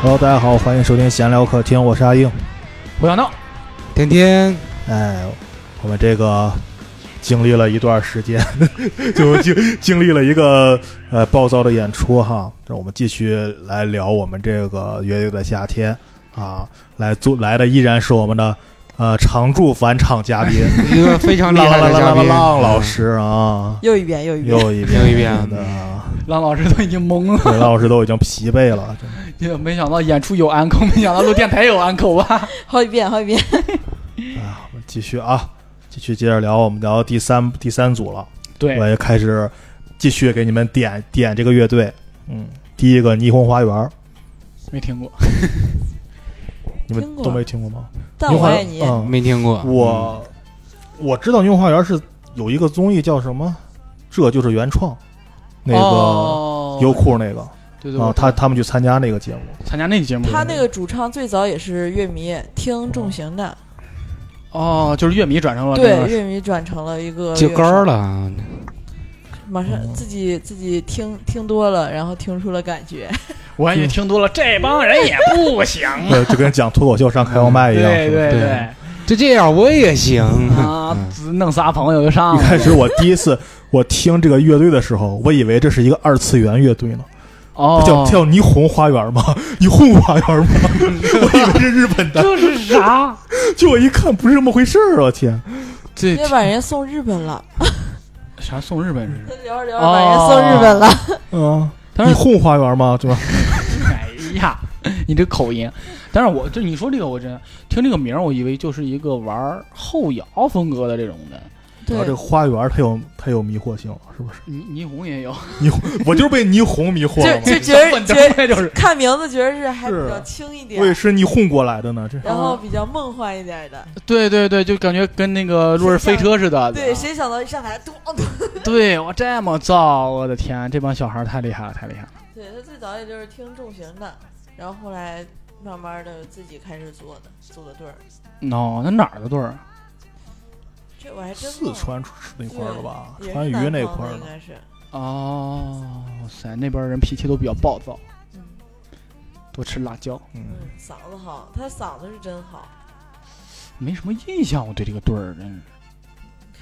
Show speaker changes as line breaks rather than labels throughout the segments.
Hello，大家好，欢迎收听闲聊客厅，我是阿英。
不想闹，
天天
哎，我们这个经历了一段时间， 就经经历了一个呃暴躁的演出哈。这我们继续来聊我们这个《乐队的夏天》啊，来做来的依然是我们的呃常驻返场嘉 宾
一个非常厉
浪
害
浪浪
的嘉
浪浪
宾，嗯
浪老师啊，
又一遍又一遍，
又一遍
又一遍
的啊，
郎老师都已经懵了，
对，老师都已经疲惫了，真的
也没想到演出有安扣，没想到录电台有安扣吧？
好几遍好几遍。
啊，我们继续啊，继续接着聊，我们聊第三第三组了。
对
我，也开始继续给你们点点这个乐队。嗯，第一个霓虹花园，
没听过。
你们
听过
都没听过吗？
但
霓虹
我
花
爱你，
嗯，
没听过。
我我知道霓虹花园是有一个综艺叫什么，这就是原创，那个
哦
优酷那个
对对，
啊
我，
他他们去参加那个节目。
参加那期节目，
他那个主唱最早也是乐迷，听重型的，
哦，就是乐迷转成了
对
这个
乐迷转成了一个
接
乐
杆儿
手，
了，
马上
嗯
自己自己听听多了，然后听出了感觉。
我还以为听多了，这帮人也 不行。
对，就跟讲脱口秀上开放麦一样。
对
哎是 吧嗯
对
对
对，
就这样我也行。
嗯
啊，弄仨朋友就上
一
了。
开始我第一次我听这个乐队的时候，我以为这是一个二次元乐队呢，
哦，
叫叫霓虹花园吗？ 霓虹花园 吗？我以为是日本的。
这是啥？
就我一看不是这么回事儿，我天！
这
那把人送日本了，
啥送日本人？
聊着聊着把人送日本了，
嗯，
但
你
是
哄花园吗？对吧？
哎呀，你这口音。但是我就你说这个，我真听这个名儿，我以为就是一个玩儿后摇风格的这种的。
然后这个
对，
花园它有它有迷惑性，是不是？
霓霓虹也 有，
霓虹，我就是被霓虹迷惑了
就就
嘛，
觉得
混
觉
成
得
的就是
看名字觉得是还比
是
较轻一点
我，也是你哄过来的呢。这
然后比较梦幻一点的。
对对对，就感觉跟那个落日飞车似的。
对，谁想到一上台咚咚。
对我这么造，我的天，这帮小孩儿太厉害了，太厉害了。
对他最早也就是听重型的，然后后来慢慢的自己开始做的，组的队儿。
no,，那哪儿的队儿？啊
这我还真
四
忘了
川那块儿的吧，
也是
川渝
南
那
方
块儿
的应
的。
该是。
哦，哇塞，那边人脾气都比较暴躁，
嗯
多吃辣椒。
嗯
嗯，，
嗓子好，他嗓子是真好，
没什么印象，我对这个队儿真是。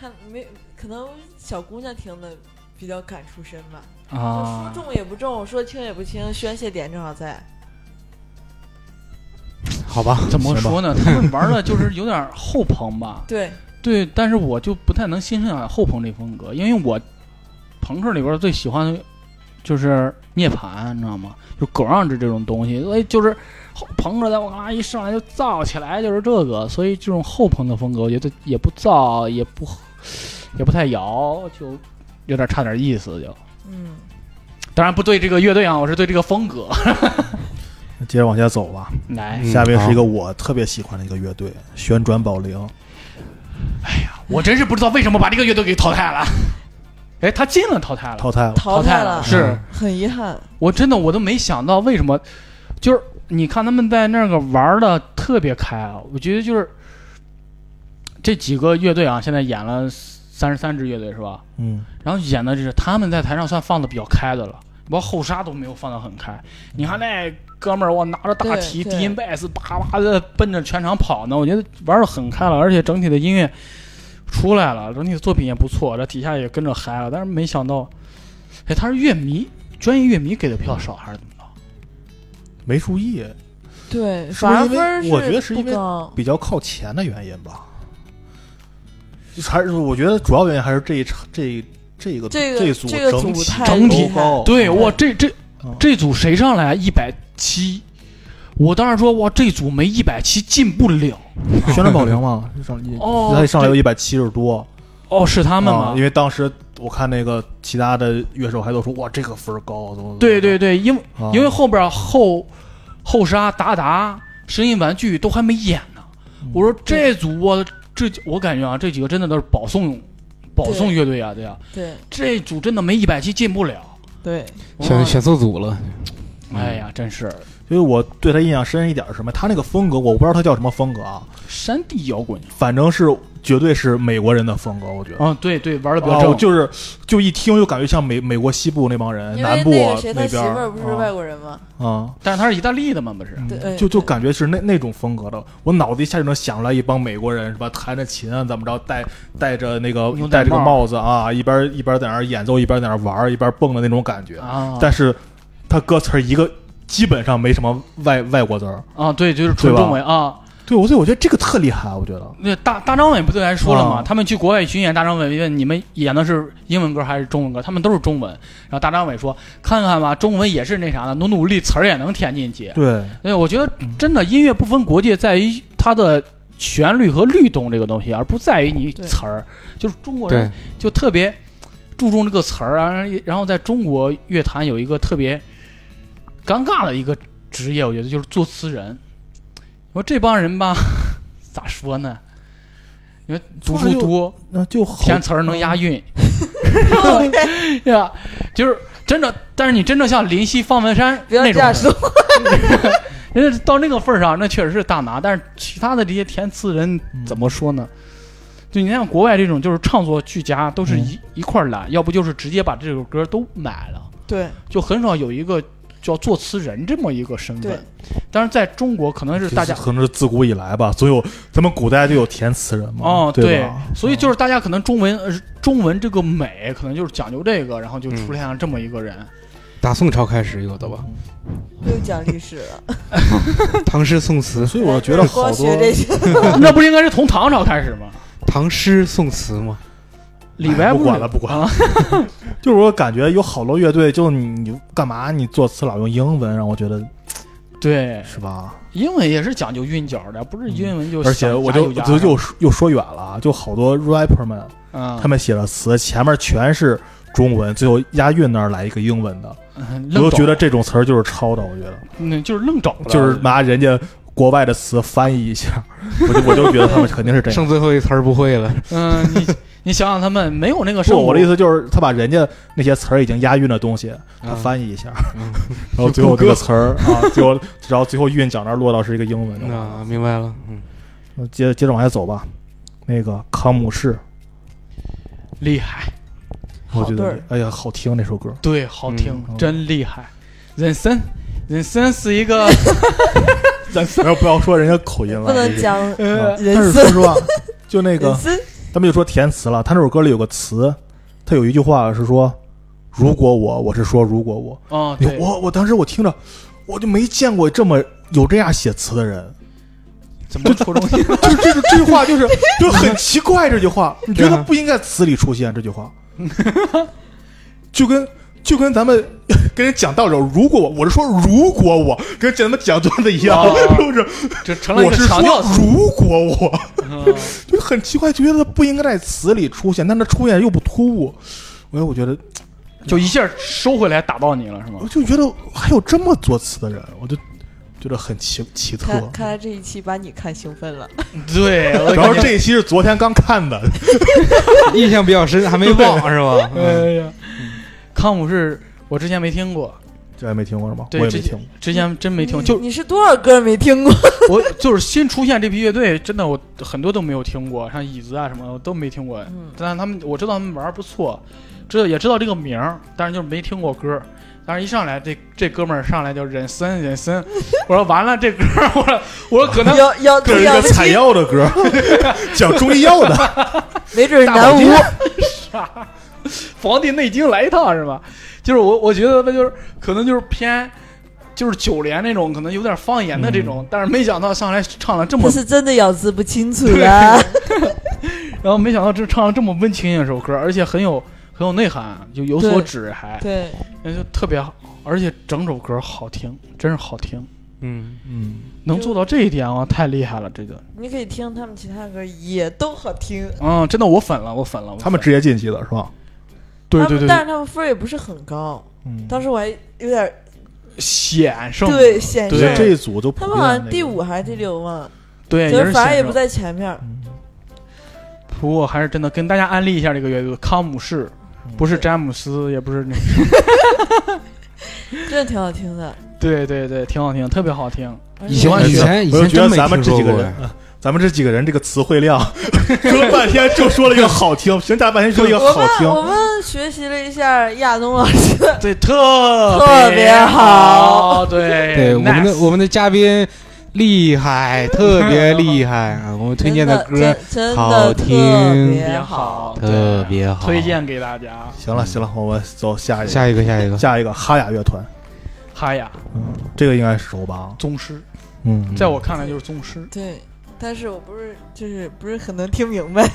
看没可能小姑娘听的比较感触深吧，
啊
就，说重也不重，说轻也不轻，宣泄点正好在。，
好吧，
怎么说呢？他们玩的就是有点后朋吧
对，
对，但是我就不太能欣赏后朋这风格，因为我朋克里边最喜欢的就是涅槃，你知道吗？就狗让制这种东西，所以就是后朋克在我啊一上来就造起来，就是这个，所以这种后朋的风格，我觉得也不造，也不也不太摇，就有点差点意思就。
嗯，
当然不对这个乐队啊，我是对这个风格。
接着往下走吧。
来，
嗯
下面是一个
好
我特别喜欢的一个乐队，旋转保龄。
我真是不知道为什么把这个乐队给淘汰了。 哎，他进了淘汰了，
淘汰了，
淘汰
了，
了，
是。
嗯
很遗憾。
我真的我都没想到为什么，就是你看他们在那个玩的特别开啊，我觉得就是这几个乐队啊，现在演了三十三支乐队是吧？
嗯，
然后演的就是他们在台上算放的比较开的了，包括后沙都没有放的很开。你看那哥们儿，我拿着大
对
提
对
低音贝斯，叭叭的奔着全场跑呢，我觉得玩的很开了，而且整体的音乐出来了，整体的作品也不错，这底下也跟着嗨了。但是没想到，哎，他是乐迷，专业乐迷给的票少还是怎么着？
没注意，
对，
是不是
反而
因为
分儿
我觉得是因为
不高
比较靠前的原因吧。还是我觉得主要原因还是这一场这这个
这个
一组
这个
整
组
体
太
整体
厉害
高
对
嗯
我这这这组谁上来啊一百七？我当时说哇，这组没一百七进不了。
旋转保龄嘛， 就上一
哦
他一上来
这
有一百七十多，
哦，是他
他
们吗？
因为当时我看那个其他的乐手还都说哇这个分儿高，怎么怎么
对对对，因为、
啊
因为后边后后沙达达声音玩具都还没演呢。
嗯
我说这组我这我感觉啊，这几个真的都是保送保送乐队啊，对啊，
对
这组真的没一百七进不了。
对，
哎
选
哇
选错组了，
哎呀，真是
所以我对他印象深一点是什么？他那个风格我不知道他叫什么风格啊，
山地摇滚
反正是绝对是美国人的风格，我觉得。
啊，对对，玩的比较
哦
正，
就是就一听就感觉像美美国西部那帮人，
因
南
为
部啊
那个谁，他媳
边
妇儿
儿
不是外国人吗？
啊，
但是他是意大利的嘛，不是？
嗯
对
就就
对
感觉是那那种风格的。我脑子一下就能想出来一帮美国人是吧，弹着琴啊，怎么着，戴戴着那个
用
戴
戴
着个
帽
帽子啊，一边一边在那儿演奏，一边在那儿玩儿，一边蹦的那种感觉。
啊，
但是他歌词儿一个基本上没什么外外国字儿。
啊，对，就是纯
对吧
中文啊。
对，我所以我觉得这个特厉害，我觉得。
那大大张伟不对，还说了
啊
嘛，他们去国外巡演，大张伟问你们演的是英文歌还是中文歌，他们都是中文。然后大张伟说：“看看吧，中文也是那啥的，努努力词儿也能填进去。
对，”
对，我觉得真的音乐不分国界，在于它的旋律和律动这个东西，而不在于你
对
词儿。就是中国人
对，
就特别注重这个词儿啊，然后在中国乐坛有一个特别尴尬的一个职业，我觉得就是作词人。你说这帮人吧， 咋说呢？你说读
那
书
就
多，
那就好
填词儿能押韵，
对，
对吧？ 就是真的，但是你真的像林夕、方文山
不要
那
这
种
样
人，
说。
人家到那个份儿上，那确实是大拿。但是其他的这些填词人
嗯
怎么说呢？就你像国外这种，就是唱作俱佳，都
嗯
是一、一块儿揽，要不就是直接把这首歌都买了。
对
就很少有一个叫作词人这么一个身
对
份。但是在中国，可能是大家
可能是自古以来吧，总有咱们古代就有填词人嘛。
哦，
对
对
吧，嗯
所以就是大家可能中文呃中文这个美，可能就是讲究这个，然后就
嗯
出现了这么一个人。
打宋朝开始有的吧，
又讲历史了，哎
唐诗宋词，
所以我觉得好
光
多
学这些，
那不是应该是从唐朝开始吗？
唐诗宋词嘛，
李白
哎不
是
管了不管
啊
就是我感觉有好多乐队，就你你干嘛你作词老用英文，让我觉得
对，
是吧？
英文也是讲究韵脚的，不是英文就
而且
想
我
加
就
加
就又说又说远了啊，就好多 rapper 们，
嗯
他们写的词前面全是中文，最后押韵那儿来一个英文的，
嗯
我
愣
就
找
觉得这种词儿就是抄的，我觉得
嗯就是愣找了，
就是拿人家国外的词翻译一 下，我就我就觉得他们肯定是这样。
剩最后一词儿不会了，
嗯你 你想想他们没有那个
不，
生活，
我的意思就是他把人家那些词儿已经押韵的东西，他
嗯
啊
翻译一下，
嗯
然后最后这个词 儿啊，最后然后最后韵脚那儿落到是一个英文的。
啊，明白了，嗯，
那接接着往下走吧，那个康姆士，
厉害，
我
好
觉
对
得
儿，
哎呀，好听那首歌，
对，好听，
嗯
真厉害。人生，人生是一 个，人生，
然后不要说人家口音
不
了，
能讲
啊。
呃，
但
人
是说
生。
实话，就那个
人生
咱们就说填词了，他那首歌里有个词，他有一句话是说：“如果我，我是说如果我。
哦，
你
对，
我我当时我听着，我就没见过这么有这样写词的人，
怎么戳中 你？
就是这这句话就是就很奇怪，这句话你觉
对
得
啊
不应该词里出现这句话，就跟。就跟咱们 跟人讲道理，如果我我是说如果我跟咱们讲段子一样，
哦
是不是？
这成了一
我
个
是
强
说
调词，
如果我，
嗯
就很奇怪，就觉得不应该在词里出现，但它出现又不突兀，我我觉得
就一下收回来打到你了，是吗
我？就觉得还有这么作词的人，我就觉得很奇奇特。
看看来这一期把你看兴奋了，
对，我
然后
感觉
这一期是昨天刚 看的，
印象比较深，还没忘是吧？嗯
哎呀，康姆士我之前没听过，
这还没听过是吗？我
对
也
这
没听过。
之前真没听，
你
就
你是多少歌没听过？
我就是新出现这批乐队，真的我很多都没有听过，像椅子啊什么的我都没听过，
嗯，
但他们我知道他们玩儿不错，知道也知道这个名儿，但是就是没听过歌儿。但是一上来这这哥们儿上来就忍森忍森，我说完了这歌儿，我说我说可能
要要
这是一
要
个
不
采
起，
药的歌， 讲中医药的。
没准
大
南
保
无
健啥《黄帝内经》来一趟是吧？就是我我觉得那就是可能就是偏就是九连那种，可能有点方言的这种，但是没想到上来唱了这么
他，嗯是真的咬字不清楚了。
然后没想到这唱了这么温情一首歌，而且很有很有内涵，就有所
对
指还，
对，
那就特别好，而且整首歌好听，真是好听。
嗯，
嗯，
能做到这一点啊，太厉害了！这个，
你可以听他们其他歌也都好听。
嗯，真的我粉了，我粉了。我粉了
他们直接晋级的是吧？
对
他
对
们
对，
但是他们分儿也不是很高，
嗯
当时我还有点儿
险胜
对险
对
胜，
这一组就普
他
遍
们好
那
像
个
第五还是第六嘛，
对，也
就是是反而也
险
不
胜。
在前面
嗯
儿。
不过还是真的跟大家安利一下这个乐队康姆士，
嗯
不是詹姆斯，也不是那 个，
真的挺好听的。
对对对，挺好听，特别好听。
而
以
且
前
前以前
我
以
就
前
觉
真
得
没
咱们
听
这
说
几个
过
人
呀，，
啊咱们这几个人这个词汇量，说了半天就说了一个好听，评价半天说了一个
我
好
们我
听，
们学习了一下亚东老师的
对，特
特别好，
对
哎
对，我们的
nice
我们的嘉宾厉害，特别 厉害啊！我们推荐的歌
真的真
好
的特
听
特
别
别
好
好，，
特别好，
推荐给大家
行了行了，我们走下一个
下一个，下一个，
下一个哈雅乐团，
哈雅
这个应该熟吧？
宗师，
嗯
在我看来就是宗师
对，但是我不是就是不是很能听明白，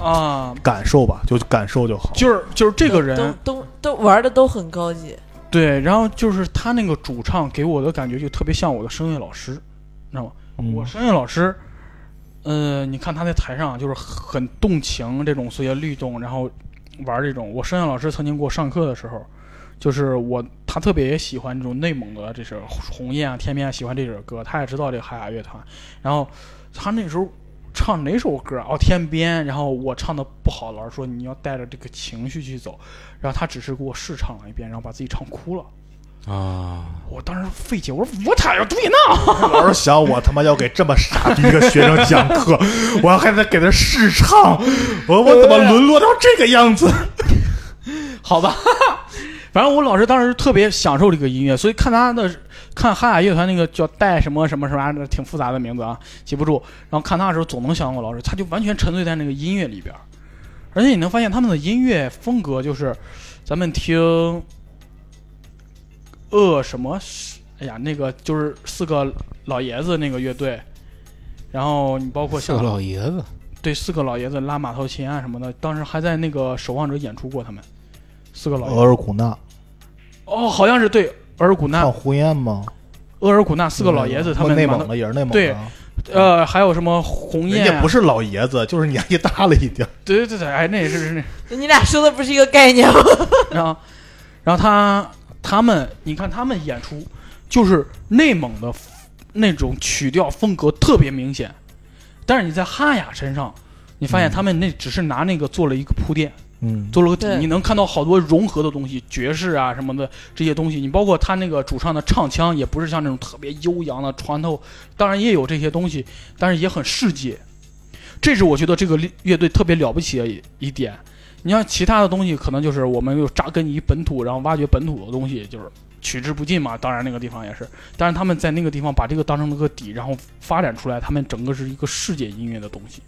啊，
感受吧，就感受就好。
就是就是这个人
都都都玩的都很高级，
对，然后就是他那个主唱给我的感觉就特别像我的声乐老师，你知道吗？
嗯
我声乐老师，呃，你看他在台上就是很动情这种所谓律动，然后玩这种。我声乐老师曾经给我上课的时候，就是我他特别喜欢这种内蒙的这首《鸿雁》啊、《天边》啊，喜欢这首歌，他也知道这个海雅乐团。然后他那时候唱哪首歌啊哦，《天边》，然后我唱的不好，老师说你要带着这个情绪去走，然后他只是给我试唱了一遍，然后把自己唱哭了。
啊，
我当时费解，我说 What are you doing now？
老师想我他妈要给这么傻逼一个学生讲课，我还得给他试唱，我我怎么沦落到这个样子？
好吧， 反正我老师当时特别享受这个音乐，所以看他的看哈雅乐团那个叫戴什么什么什么玩意儿的，挺复杂的名字啊，记不住。然后看他的时候，总能想到我老师，他就完全沉醉在那个音乐里边儿，而且你能发现他们的音乐风格就是，咱们听，呃什么，哎呀，那个就是四个老爷子那个乐队。然后你包括
四
像
个老爷子，
对，四个老爷子拉马头琴啊什么的，当时还在那个《守望者》演出过他们四个老
额
爷子。
尔古纳
哦，好像是对额尔古纳、
唱胡彦吗？嗯
额尔古纳四个老爷子他们
内
马
蒙
头
的也是内蒙的，啊
对呃，还有什么鸿
人
雁
家
啊？
不是老爷子，就是年纪大了一点。
对对对对，哎，那也是是
你俩说的不是一个概念吗？
那，然后然后他他们，你看他们演出就是内蒙的那种曲调风格特别明显，但是你在哈雅身上，你发现他们那只是拿那个做了一个铺垫。
嗯，
做了个底
对，
你能看到好多融合的东西，爵士啊什么的这些东西。你包括他那个主唱的唱腔，也不是像那种特别悠扬的穿透，当然也有这些东西，但是也很世界。这是我觉得这个乐乐队特别了不起的一一点。你像其他的东西，可能就是我们又扎根于本土，然后挖掘本土的东西，就是取之不尽嘛。当然那个地方也是，但是他们在那个地方把这个当成了个底，然后发展出来，他们整个是一个世界音乐的东西。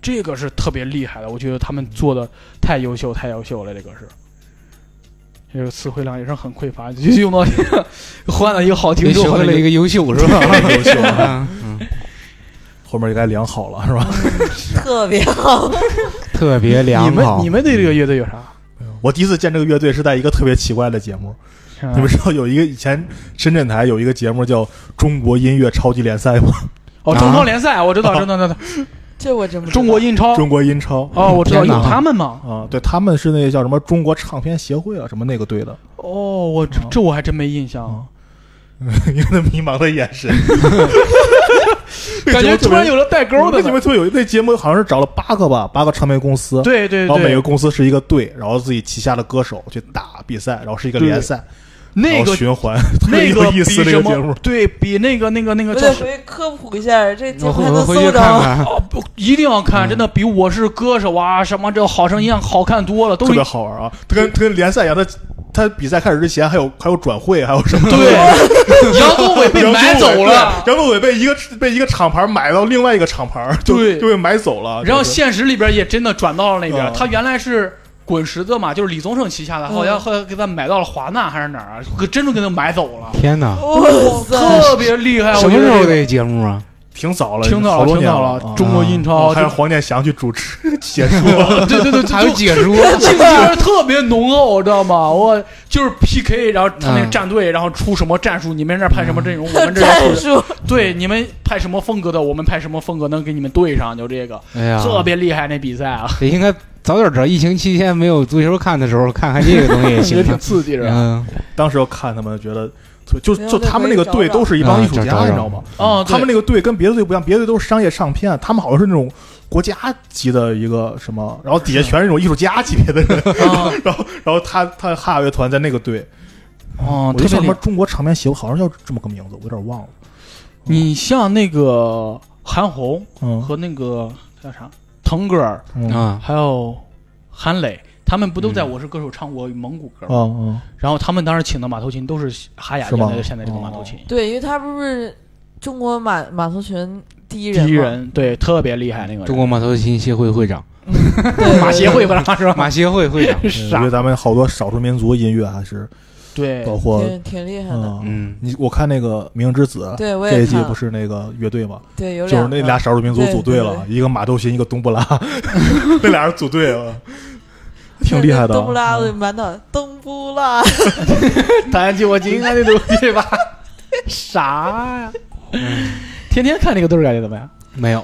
这个是特别厉害的，我觉得
嗯
他们做的太优秀，太优秀了，这个是。这个词汇量也是很匮乏，就用 到这个换了一个好听
你
之
学
后，
会了一个 优秀是吧？
优秀
啊嗯
后面也该量好了是吧？
特别好，
特
你
别良
们
好
你。们对这个乐队有啥？
我第一次见这个乐队是在一个特别奇怪的节目，
嗯
嗯
你们知道有一个以前深圳台有一个节目叫《中国音乐超级联赛》吗？
哦，中
啊
超联赛我知道，知道，知道，
这我真不知道
中国英超
中国音超
哦，我知道
天哪
有他们吗？
啊，对他们是那叫什么中国唱片协会啊，什么那个队的，
哦，我
啊
这这我还真没印
嗯
象，
你看那迷茫的眼神，
感觉突然
有
有了代沟
那
的
节
了
目。特别有，那节目好像是找了八个吧，八个唱片公司，
对对
然
哦
后每个
对，
公司是一个队，然后自己旗下的歌手去打比赛，然后是一个联赛，
那
然后
个
循环，
那
特别
个
有意
比
思这个
什
节目
么？。对比那个那个那个
我
叫
得
什
回
么？
去科普一下，这节目
我回
还
我
能
回去
搜
看
着。
看，
哦不，一定要看，
嗯
真的比《我是歌手》啊什么这《好声音》啊好看多了，都
特
是
别好玩啊！它跟它跟联赛一样，它它比赛开始之前还有还有转会，还有什么？
对。 杨宗纬被买走了，
杨宗纬被一个被一个厂牌买到另外一个厂牌，就
对
就被买走 了。
然后
就是
现实里边也真的转到了那边，
嗯
他原来是。滚石的嘛，就是李宗盛旗下的，
嗯
好像后来给他买到了华纳还是哪儿啊？可真的给他买走了，
天哪！
哇塞！
特别厉害。
什么时候
我觉得
的节目啊？
挺早了，
听到
好
了，
多
听
年
到
啊
中国印
哦
超
还
就是
黄健翔去主持 解说，
对对对，
还有解 说，
这个劲儿特别浓厚，知道吗？我就是 PK，然后他那个
嗯
战队，然后出什么战术，你们这儿派什么阵 容，我们这
战
儿出
术，
对你们派什么风格的，我们派什么风格，能给你们对上，就这个
哎呀，
特别厉害那比赛啊，
得应该早点知道，疫情期间没有足球看的时候，看看这个东西也
也
行
挺
啊。
刺激是吧？
嗯，
当时我看他们觉得，就就
没有
就他们那个队都是一帮艺术
嗯找
家，
找
你知道吗？
哦，对
他们那个队跟别的队不一样，别的队都是商业唱片，他们好像是那种国家级的一个什么，然后底下全是那种艺术家级别的人，
啊
然后然后他他哈乐团在那个队，
哦
我 就
特别
叫什
厉
么
害。
中国场面协会，好像叫这么个名字，我有点忘了。
你像那个韩红
嗯
和那个叫啥腾格尔，
嗯
啊，
还有韩磊，他们不都在《
嗯
我是歌手》唱过蒙古歌吗？
嗯
然后他们当时请的马头琴都是哈雅
是
现
吗哦
在的现在这个马头琴，
对，因为他不是中国马马头群第一人
第
嘛，
一人对特别厉害那个人，
中国马头琴协会会长，
对
马协会吧是吧？
马协会会长，
嗯，我觉
傻
得咱们好多少数民族音乐还是
对
包括
挺挺厉害的。
嗯，
嗯，
你我看那个《明日之子》
对，我
这
也
一季
看
不，是那个乐队嘛，
对，有
就是
两
那
个
俩少数民族
啊对
组队
对
了，一个马头琴，一个冬 不拉，那俩人组队了，挺厉害的。
登布拉的
嗯
满脑登布拉，
弹起我今天的东西吧，啥呀？天天看那个队儿感觉怎么样？
没有，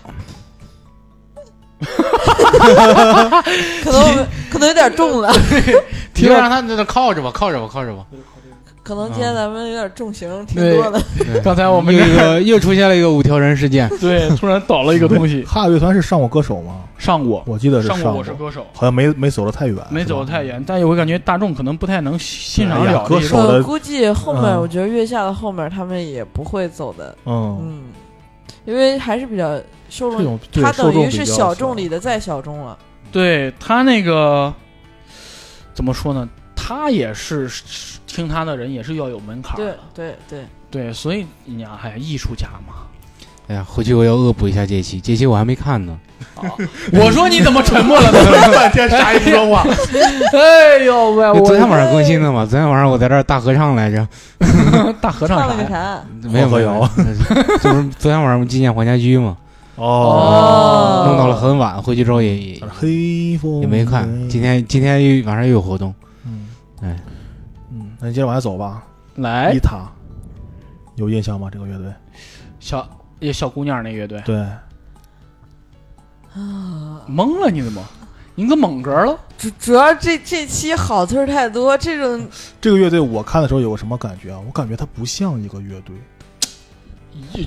可能我 们可能有点重了，
你就让他在那靠着吧，靠着吧，靠着吧。
可能
啊
今天咱们有点重型，挺
对
多的。
刚才我们
又一个又出现了一个五条人事件，
对突然倒了一个东西，
哈尔乐团是 上过歌手吗？
上过
我记得是
上
过，
我是歌手，
好像没没走得太远，
没
是吧
走太远，但我感觉大众可能不太能欣赏
哎呀
了
歌
这
手
种。
的
我估计后面，
嗯
我觉得月下的后面他们也不会走的，
嗯，
嗯，因为还是比较受
这
众，
种对
他
受
等
众
于
比
是
较
小
小
众 里的再小众了，
对他那个怎么说呢？他也是是听他的人也是要有
啊
门槛
对
的，
对对，
对，所以你啊呀，还艺术家嘛。
哎呀，回去我要恶补一下这一期，这期我还没看呢。
我说你怎么沉默 了呢？半天啥也不说话。哎呦喂，我
昨天晚上更新的嘛，昨天晚上我在这儿大合唱来着，
大合
唱
唱
了个
啥呀？
啥？啊
没有
黄河
没有，
谣
没有 就是昨天晚上我们纪念黄家驹嘛，
哦
哦
弄到了很晚，回去之后也也
黑风
也没看。今天今天又晚上又有活动，
嗯，
哎，
嗯，那你接着往下走吧。
来
伊，塔有印象吗？这个乐队？
小也小姑娘那乐队
对，
懵了，你怎么？你个猛格了？
主主要这这期好词儿太多，这种
这个乐队我看的时候有个什么感觉啊？我感觉它不像一个乐队，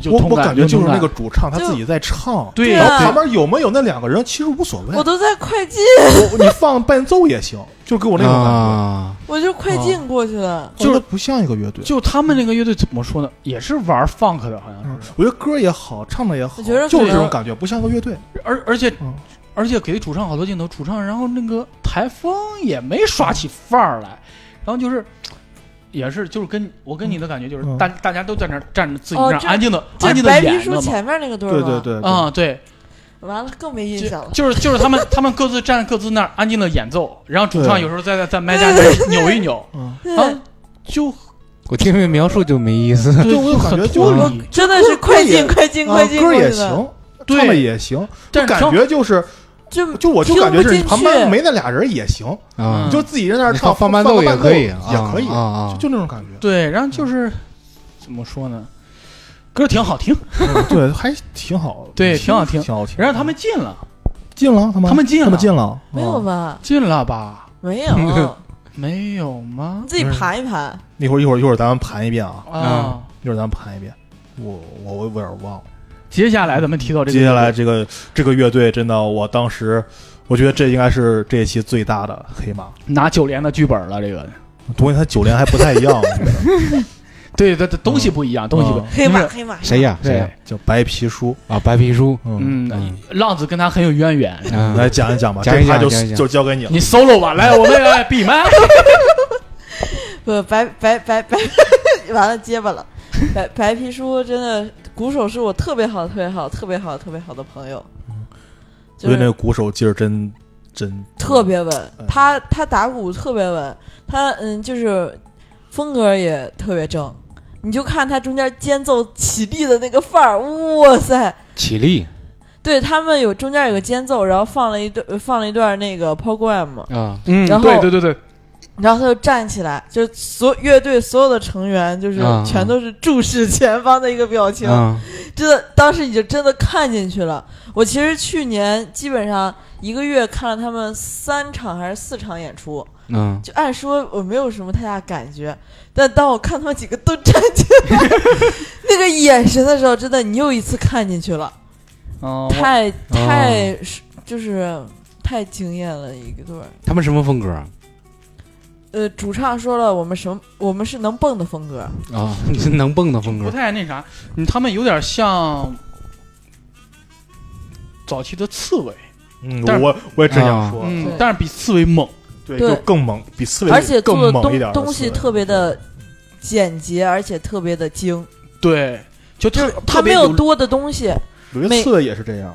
有有
我
同
我感觉
有
就是
同
那个主唱他
就
自己在唱，
对
对
然
呀
后
啊
旁边有没有那两个人其实无所谓，
我都在快进，
我你放伴奏也行，就给我那种感觉，
啊，
我就快
哦
进过去了。
就是
我觉得不像一个乐队。
就他们那个乐队怎么说呢？也是玩 funk 的，好像
嗯
是。
我觉得歌也好，唱的也好，
我觉得
就是
可
这
能
种感觉，不像个乐队。
而而且
嗯
而且给主唱好多镜头，主唱然后那个台风也没耍起范儿来，然后就是。也是，就是跟我跟你的感觉就是
嗯
大，大家都在那儿站着，自己
哦
那儿
这
安静的、
这
安静的
白皮
演
书
着嘛。
前面那个队儿
对
吗
对，对，对
啊，对，
完了更没印
就
象了。
就是就是他们他们各自站各自那儿安静的演奏，然后主唱
对
有时候在在在麦架那儿扭一扭
嗯，
啊，就
我听这描述就没意思。
对
对我有感觉就
很
是
脱离
真的是快进快进
啊
快进
歌
过去
也
了，
行，
对
唱的也行，
但
就是感
听
觉就是
就
就我就感觉
听不
是
进
旁边
去
没那俩人也行，
啊
你就自己在那儿
你
唱，
放
放
伴奏
个
也
伴
可以，
也可以
啊，啊，
就就那种感觉。
对，然后就是怎么说呢，歌挺好听，
嗯对，还挺好，
对挺好听
挺好听。嗯
然后他们进了，
进了，他们
他们进了
他们进了，
没有
嗯？
吧？
进了吧？
没有，
没有吗
你？自己盘一盘。
一会儿一会儿一会儿咱们盘一遍啊，
嗯
啊，
一会儿咱们盘一遍。我我我有点忘了。
接下来咱们提到这个，
接下来这个这个乐队真的，我当时我觉得这应该是这一期最大的黑马。
拿九连的剧本了，这个
东西它九连还不太一 样，我觉得
对，它它东西不一样，东西不一样
嗯
黑
就
马
是
黑马
谁？呀谁呀
对，
叫白皮书。
啊，白皮书，
嗯，
嗯，浪子跟他很有渊源。
嗯
来讲一讲吧，
讲
这
一
趴
讲
就
讲一讲
就交给你了。
你 solo 吧，来，我们来闭麦。
不白白白白， 完了结巴了。白白皮书真的，鼓手是我特别好、特别好、特别好、特别好的朋友，
我
就
觉得那
是
个鼓手劲儿真真
特别稳
嗯。
他他打鼓特别稳，他嗯就是风格也特别正。你就看他中间间奏起立的那个范儿，哇塞！
起立
对他们有中间有个间奏，然后放了一段放了一段那个 program 嘛，
啊，
嗯
然后
对对对对，
然后他就站起来，就所乐队所有的成员就是
啊
全都是注视前方的一个表情，
啊
真的，当时你就真的看进去了。我其实去年基本上一个月看了他们三场还是四场演出，
嗯，
就按说我没有什么太大感觉，但当我看他们几个都站起来 那个眼神的时候，真的你又一次看进去了，
嗯，我
太太、就是太惊艳了一个对儿。
他们什么风格啊？
呃，主唱说了，我们什么我们是能蹦的风格，
啊，能蹦的风
不
格
太那啥，嗯他们有点像早期的刺猬，
嗯，
但是
我我也正想说，
嗯
对，
但是比刺猬猛，
对，
对
就更猛，比刺猬
而且做
更
的
猛一点
东
儿的
东西
刺猬
特别的简洁，而且特别的精，
对，就特
它
特
没
别
有多的东西。
有些
每
刺猬也是这样，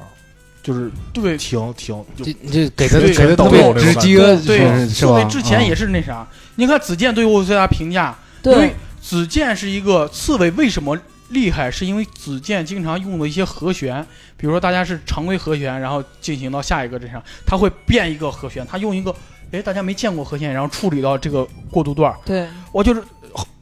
就是
对
挺挺就
这这给他
对
给他特别直接，
对，
是是
刺猬
吧？嗯
之前也是那啥，你看子健对我最大评价，因为
对，
子健是一个刺猬，为什么厉害？是因为子健经常用的一些和弦，比如说大家是常规和弦，然后进行到下一个这上，他会变一个和弦，他用一个哎大家没见过和弦，然后处理到这个过渡段儿。
对，
我就是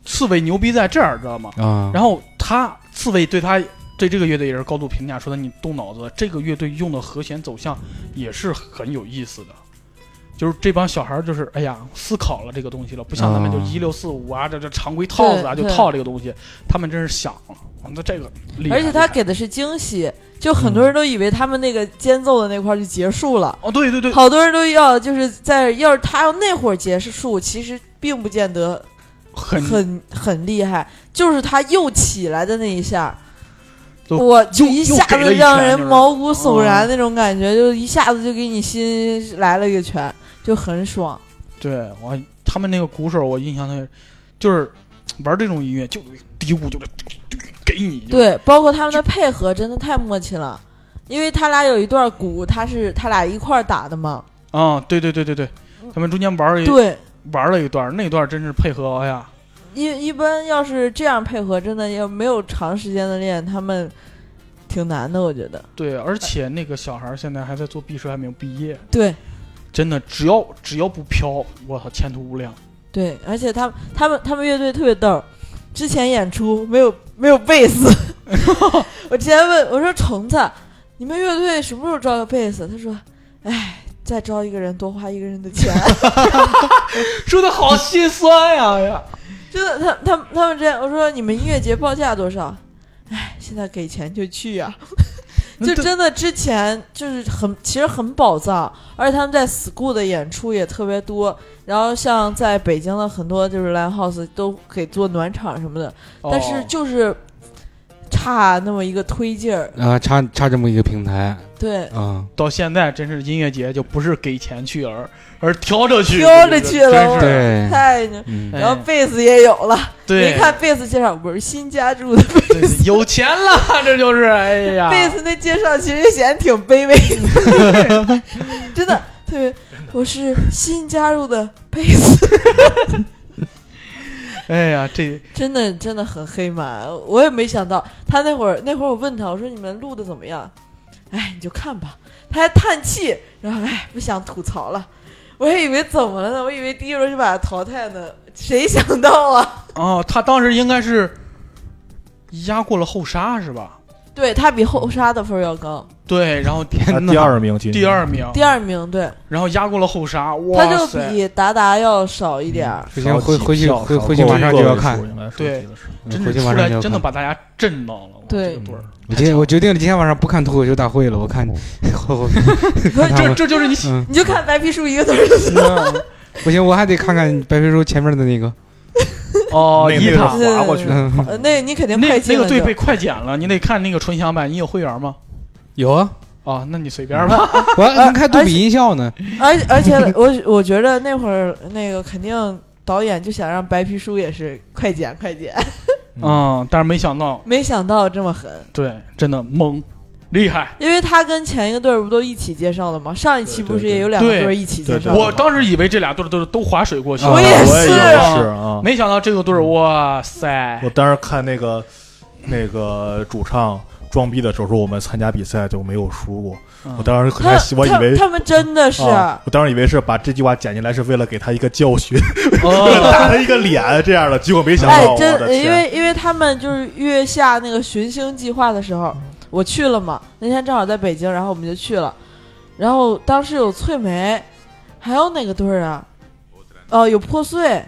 刺猬牛逼在这儿，知道吗？
啊，
然后他刺猬对他对这个乐队也是高度评价，说的你动脑子，这个乐队用的和弦走向也是很有意思的。就是这帮小孩儿，就是哎呀，思考了这个东西了，不像咱们就
啊
一六四五啊，这这常规套子啊，就
对对
套这个东西，他们真是想了，那这个厉害。
而且
厉
它
害
给的是惊喜，就很多人都以为他们那个间奏的那块儿就结束了。
哦，对对对，
好多人都要就是在要是他要那会儿结束，其实并不见得
很
很很厉害，就是他又起来的那一下，
都
我就
又
一
又
下
给了
子
一
让
拳
人
就是
毛骨悚
哦
然那种感觉，就一下子就给你心来了一个拳，就很爽。
对我他们那个鼓手，我印象特别，就是玩这种音乐就低鼓就给你，就
对，包括他们的配合真的太默契了，因为他俩有一段鼓，他是他俩一块儿打的嘛。
啊，对对对对对，他们中间玩儿一
对，
玩了一段儿，那段儿真是配合，哎呀，
一一般要是这样配合，真的要没有长时间的练，他们挺难的，我觉得。
对，而且那个小孩儿现在还在做毕设，还没有毕业，
对，
真的，只要只要不飘，我操，前途无量。
对，而且他们他们他们乐队特别逗儿，之前演出没有没有贝斯，
哎
我之前问我说虫子，你们乐队什么时候招个贝斯？他说，哎，再招一个人多花一个人的钱。
说的好心酸呀、哎呀！
真的，他他他们之前我说你们音乐节报价多少？哎，现在给钱就去呀、就
那这
真的之前就是很，其实很宝藏，而且他们在 school 的演出也特别多，然后像在北京的很多就是 live house 都可以做暖场什么的，但是
哦
就是差那么一个推劲儿。
啊，差差这么一个平台
对，
啊，
到现在，真是音乐节就不是给钱去而而挑着去，
挑着去了
真是
对，
太牛。
嗯
哎
然后贝斯也有了，
对，
一看贝斯介绍，我是新加入的
对对有钱了， 这就是哎呀，
贝斯那介绍其实显得挺卑微的， 真的特别。我是新加入的贝斯，
哎呀，这
真的真的很黑马，我也没想到他那会儿那会儿我问他，我说你们录的怎么样？哎，你就看吧。他还叹气，然后哎不想吐槽了。我还以为怎么了呢？我以为第一轮就把他淘汰呢，谁想到啊？
哦，他当时应该是压过了后沙是吧？
对他比后沙的分儿要高，
对，然后
他
天呐
第二名进
第二名，
第二名，对，
然后压过了后沙，
他
哇
就
塞！
比达达要少一点儿。
不行，回回去回回去
少
马上就要看，
应该是
对
记得是
真
回
是
去
出
马
来
上就要
真的
看。
把大家震到了。哇
对
这个对儿，
我今天我决定了，今天晚上不看脱口秀大会了，我看，
嗯
我 看他
这
们，
这就是 你
嗯，
嗯你就看白皮书一个字儿就行
不行，我还得看看白皮书前面 的那个，
哦，
那
一
个
塔
划过去，
嗯，
呃，那你肯定
那
快进
那
了
个
就。
队被快剪了，你得看那个纯享版。你有会员吗？
有啊，
啊，哎那你随便吧。
我还能开杜比音效呢，
而而且我我觉得那会儿那个肯定导演就想让白皮书也是快剪快剪，
嗯，但是没想到，
没想到这么狠，
对，真的猛，厉害。
因为他跟前一个队儿不都一起介绍的吗？上一期
对对
不是
对
也有两个
对
队儿一起
对
介
对
绍
对
的
我
吗？
当时以为这俩队儿都都划水过去，
嗯
嗯我
我
也
也
是
是啊，
没想到这个队儿，哇塞
我！当时看那个那个主唱装逼的时候说，我们参加比赛就没有输过。
嗯
我当时很
他
开心，我以
他
为
他们真的是，
啊，我当时以为是把这句话剪进来是为了给他一个教训，
哦
打他一个脸这样的，结果没想
哎
到，我
真
的
因
天，
为因为他们就是月下那个寻星计划的时候，我去了嘛，那天正好在北京，然后我们就去了，然后当时有翠梅，还有哪个队儿啊？哦，有破碎。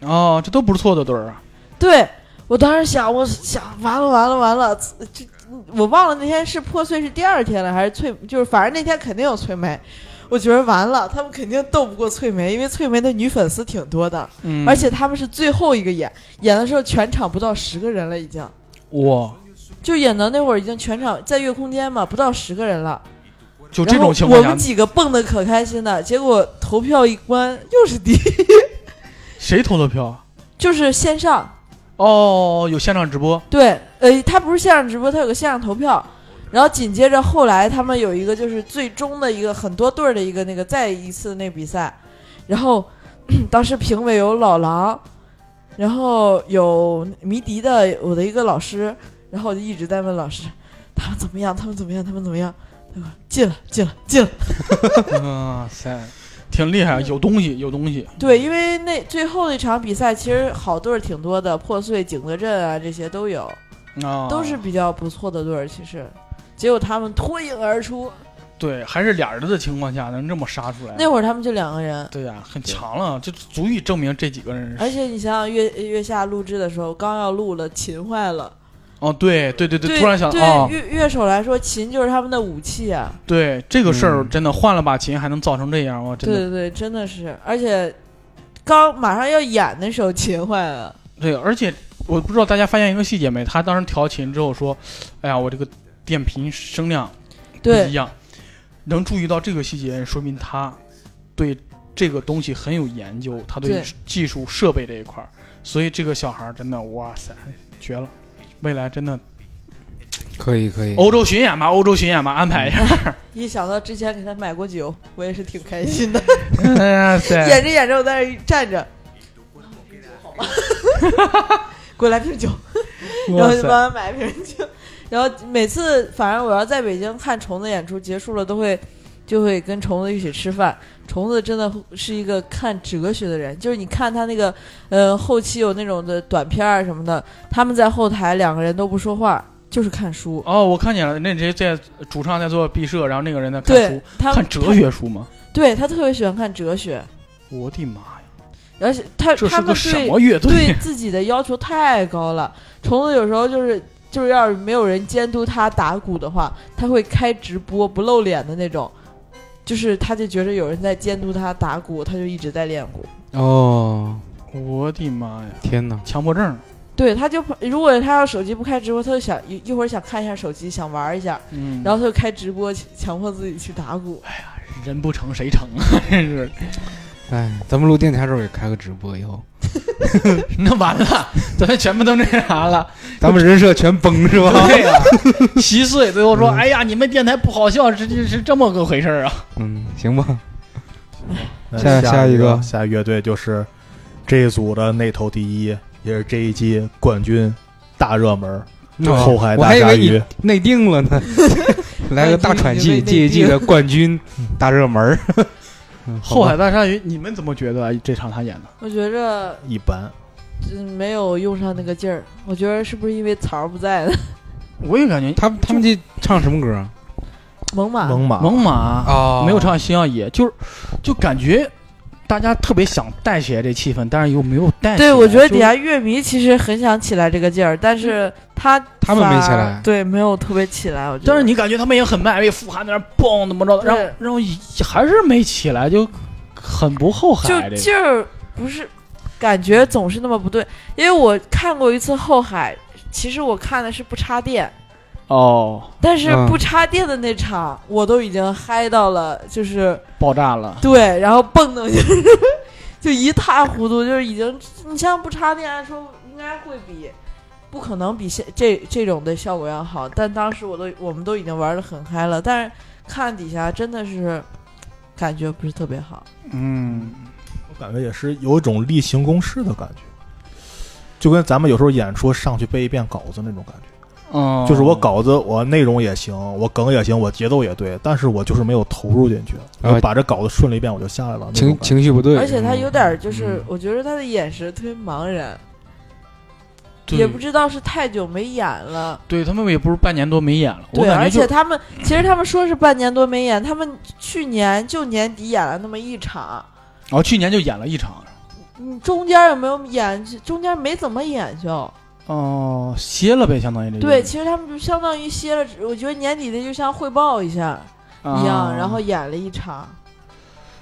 哦，这都不是错的队儿啊。
对我当时想，我想完了完了完了，这这嗯我忘了那天是破碎是第二天了还是翠，就是反正那天肯定有翠梅。我觉得完了，他们肯定斗不过翠梅，因为翠梅的女粉丝挺多的，
嗯，
而且他们是最后一个演，演的时候全场不到十个人了，已经
哇，
就演到那会儿已经全场在月空间嘛，不到十个人了。
就这种情
然
况
后我
下
们，几个蹦的可开心了，结果投票一关又是第一，
谁投的票啊？
就是线上
哦，有现场直播，
对，呃，他不是线上直播，他有个线上投票，然后紧接着后来他们有一个就是最终的一个很多队儿的一个那个再一次那比赛，然后 当时评委有老狼，然后有迷笛的我的一个老师，然后我就一直在问老师他们怎么样，他们怎么样，他们怎么样，他说进了，进了，进了。
哇塞，挺厉害，有东西，有东西。
对，因为那最后那场比赛其实好队儿挺多的，破碎、景德镇啊这些都有。
啊，
都是比较不错的队儿，其实。结果他们脱颖而出，
对，还是俩人的情况下能这么杀出来？
那会儿他们就两个人，
对呀、很强了，就足以证明这几个人
而
是。
且你想想月月下录制的时候，刚要录了，琴坏了。
哦，对对对
对，
突然想
对、
哦，
乐乐手来说，琴就是他们的武器啊。
对这个事儿
嗯
真的换了把琴还能造成这样，我真
对
的
对对，真的是，而且刚马上要演的时候，琴坏了。
对，而且我不知道大家发现一个细节没，他当时调琴之后说：“哎呀，我这个电瓶声量不一
对
样。”能注意到这个细节，说明他对这个东西很有研究，他对
对
技术设备这一块儿，所以这个小孩儿真的哇塞，绝了！未来真的
可以可以，
欧洲巡演吧，欧洲巡演吧，安排一
嗯
下。
一想到之前给他买过酒，我也是挺开心的。
哇哎塞，
演着演着，我在那儿站着，给我来瓶酒好吗？给我来瓶酒，然后就帮他买瓶酒。然后每次，反正我要在北京看虫子演出结束了，都会就会跟虫子一起吃饭。虫子真的是一个看哲学的人，就是你看他那个呃后期有那种的短片儿什么的，他们在后台两个人都不说话，就是看书。
哦，我看见了，那谁在主唱在做毕设，然后那个人在看
对
书，
他
看哲，学书吗？
对他特别喜欢看哲学，
我的妈呀，
而且他
这
他
是
们
个什
对
么乐队
对？自己的要求太高了。虫子有时候就是就是要是没有人监督他打鼓的话，他会开直播不露脸的那种，就是他就觉得有人在监督他打鼓，他就一直在练鼓。
哦，
我的妈呀，
天哪，
强迫症！
对，他就如果他要手机不开直播，他就想一一会儿想看一下手机，想玩一下，
嗯，
然后他就开直播，强强迫自己去打鼓。
人不成谁成 啊？真是，
哎，咱们录电台的时候也开个直播，以后
那完了， 咱们全部都那啥了。
咱们人设全崩是吧？
对
啊
呀、稀碎。最后说，
嗯
哎呀，你们电台不好笑，是是是这么个回事儿啊？
嗯，行吧，
那
下下一
一
个
下一乐队就是这一组的那头第一，也是这一季冠军大热门儿，后海
哦我
大
还以
鲨
为你
鱼。
内定了呢， 来个大喘
内
气，
定
这一季的冠军大热门儿。嗯好
后
吧
海大鲨鱼，你们怎么觉得这场他演的？
我觉着
一般，
嗯没有用上那个劲儿，我觉得是不是因为曹儿不在呢？
我也感觉
他他们这唱什么歌啊？
猛犸，
猛犸
猛犸
哦
没有唱《星耀野》，就是就感觉大家特别想带起来这气氛，但是又没有带起来。
对，我觉得
就
底下乐迷其实很想起来这个劲儿，但
嗯
是他
他们没起
反而
来
对，没有特别起来。我觉得，
但是你感觉他们也很卖力，富含在那儿蹦怎么着的，然后
对
然后还是没起来，就很不后海。
就
这个
劲儿不是，感觉总是那么不对。因为我看过一次后海，其实我看的是不插电，
哦，
但是
嗯
不插电的那场，我都已经嗨到了，就是
爆炸 了。
对，然后蹦的就是 就一塌糊涂，就是已经你像不插电，按说应该会比。不可能比现这这种的效果要好，但当时我都我们都已经玩的很嗨了，但是看底下真的是感觉不是特别好。
嗯，
我感觉也是有一种例行公事的感觉，就跟咱们有时候演出上去背一遍稿子那种感觉。
哦，
就是我稿子，我内容也行，我梗也行，我节奏也对，但是我就是没有投入进去，
啊
我把这稿子顺了一遍我就下来了。那种
情
感觉
情绪不对，
而且他有点儿就是，
嗯
我觉得他的眼神特别茫然，
对
也不知道是太久没演了。
对他们也不是半年多没演了，我
对，
感
而且
觉就
他们其实他们说是半年多没演，他们去年就年底演了那么一场，
哦，去年就演了一场。
嗯，中间有没有演？中间没怎么演就。
哦，歇了呗，相当于这
对，其实他们就相当于歇了，
啊
我觉得年底的就像汇报一下一样，然后演了一场。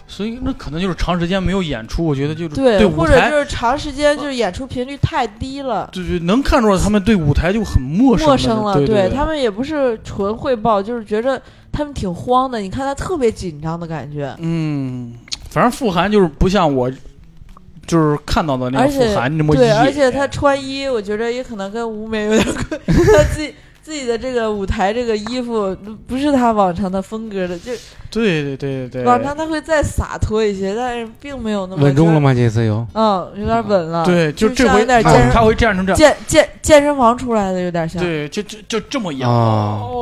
所以那可能就是长时间没有演出，我觉得就是
对，
舞
或者
台，
就是长时间就是演出频率太低了，
对对，能看出来他们对舞台就很呃陌生
陌生了。
对对
他们也不是纯汇报，就是觉着他们挺慌的。你看他特别紧张的感觉，
嗯，反正傅涵就是不像我，就是看到的那个
而且
傅涵那么
对，
野
而且他穿衣，我觉着也可能跟舞美有点关， 他自己自己的这个舞台这个衣服不是他往常的风格的，就
对对对对
往
对，
常他会再洒脱一些，但是并没有那么
稳重了
吗？
吗？这次又
嗯，有点稳了。
对，就
就
这
像
回啊
有点
他
健
会
身
他会站成这样，
健健健身房出来的有点像。
对，就就就这么演
啊
哦哦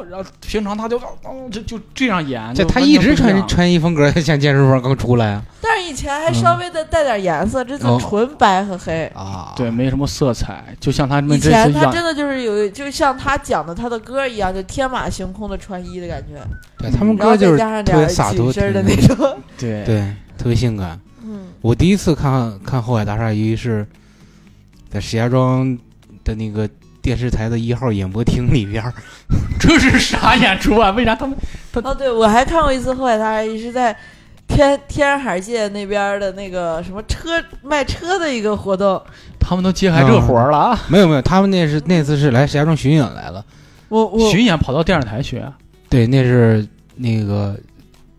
哦，然后平常他就哦就就这样演，
这
就
他
完
一
全
直
不一
穿
样
穿衣风格，像健身房刚出来啊
但是以前还稍微的带点颜色，这
嗯
次纯白和黑。
啊！
对，没什么色彩，就像他们
以
这
前
次
他
演
真的就是有，就像他讲的他的歌一样，就天马行空的穿衣的感觉，
对他们
然后
歌就
再
是
加上
特别
点
洒脱
紧身的
挺
那种，
对
对，特别性感。
嗯，
我第一次看看《后海大鲨鱼》是在石家庄的那个电视台的一号演播厅里边儿，
这是啥演出啊？为啥他们
哦，对，我还看过一次《后海大鲨鱼》，是在天天然海界那边的那个什么车卖车的一个活动。
他们都接
嗯
还这活儿了啊？
没有没有，他们那是那次是来石家庄巡演来了。
我我
巡演跑到电视台啊去？
对，那是那个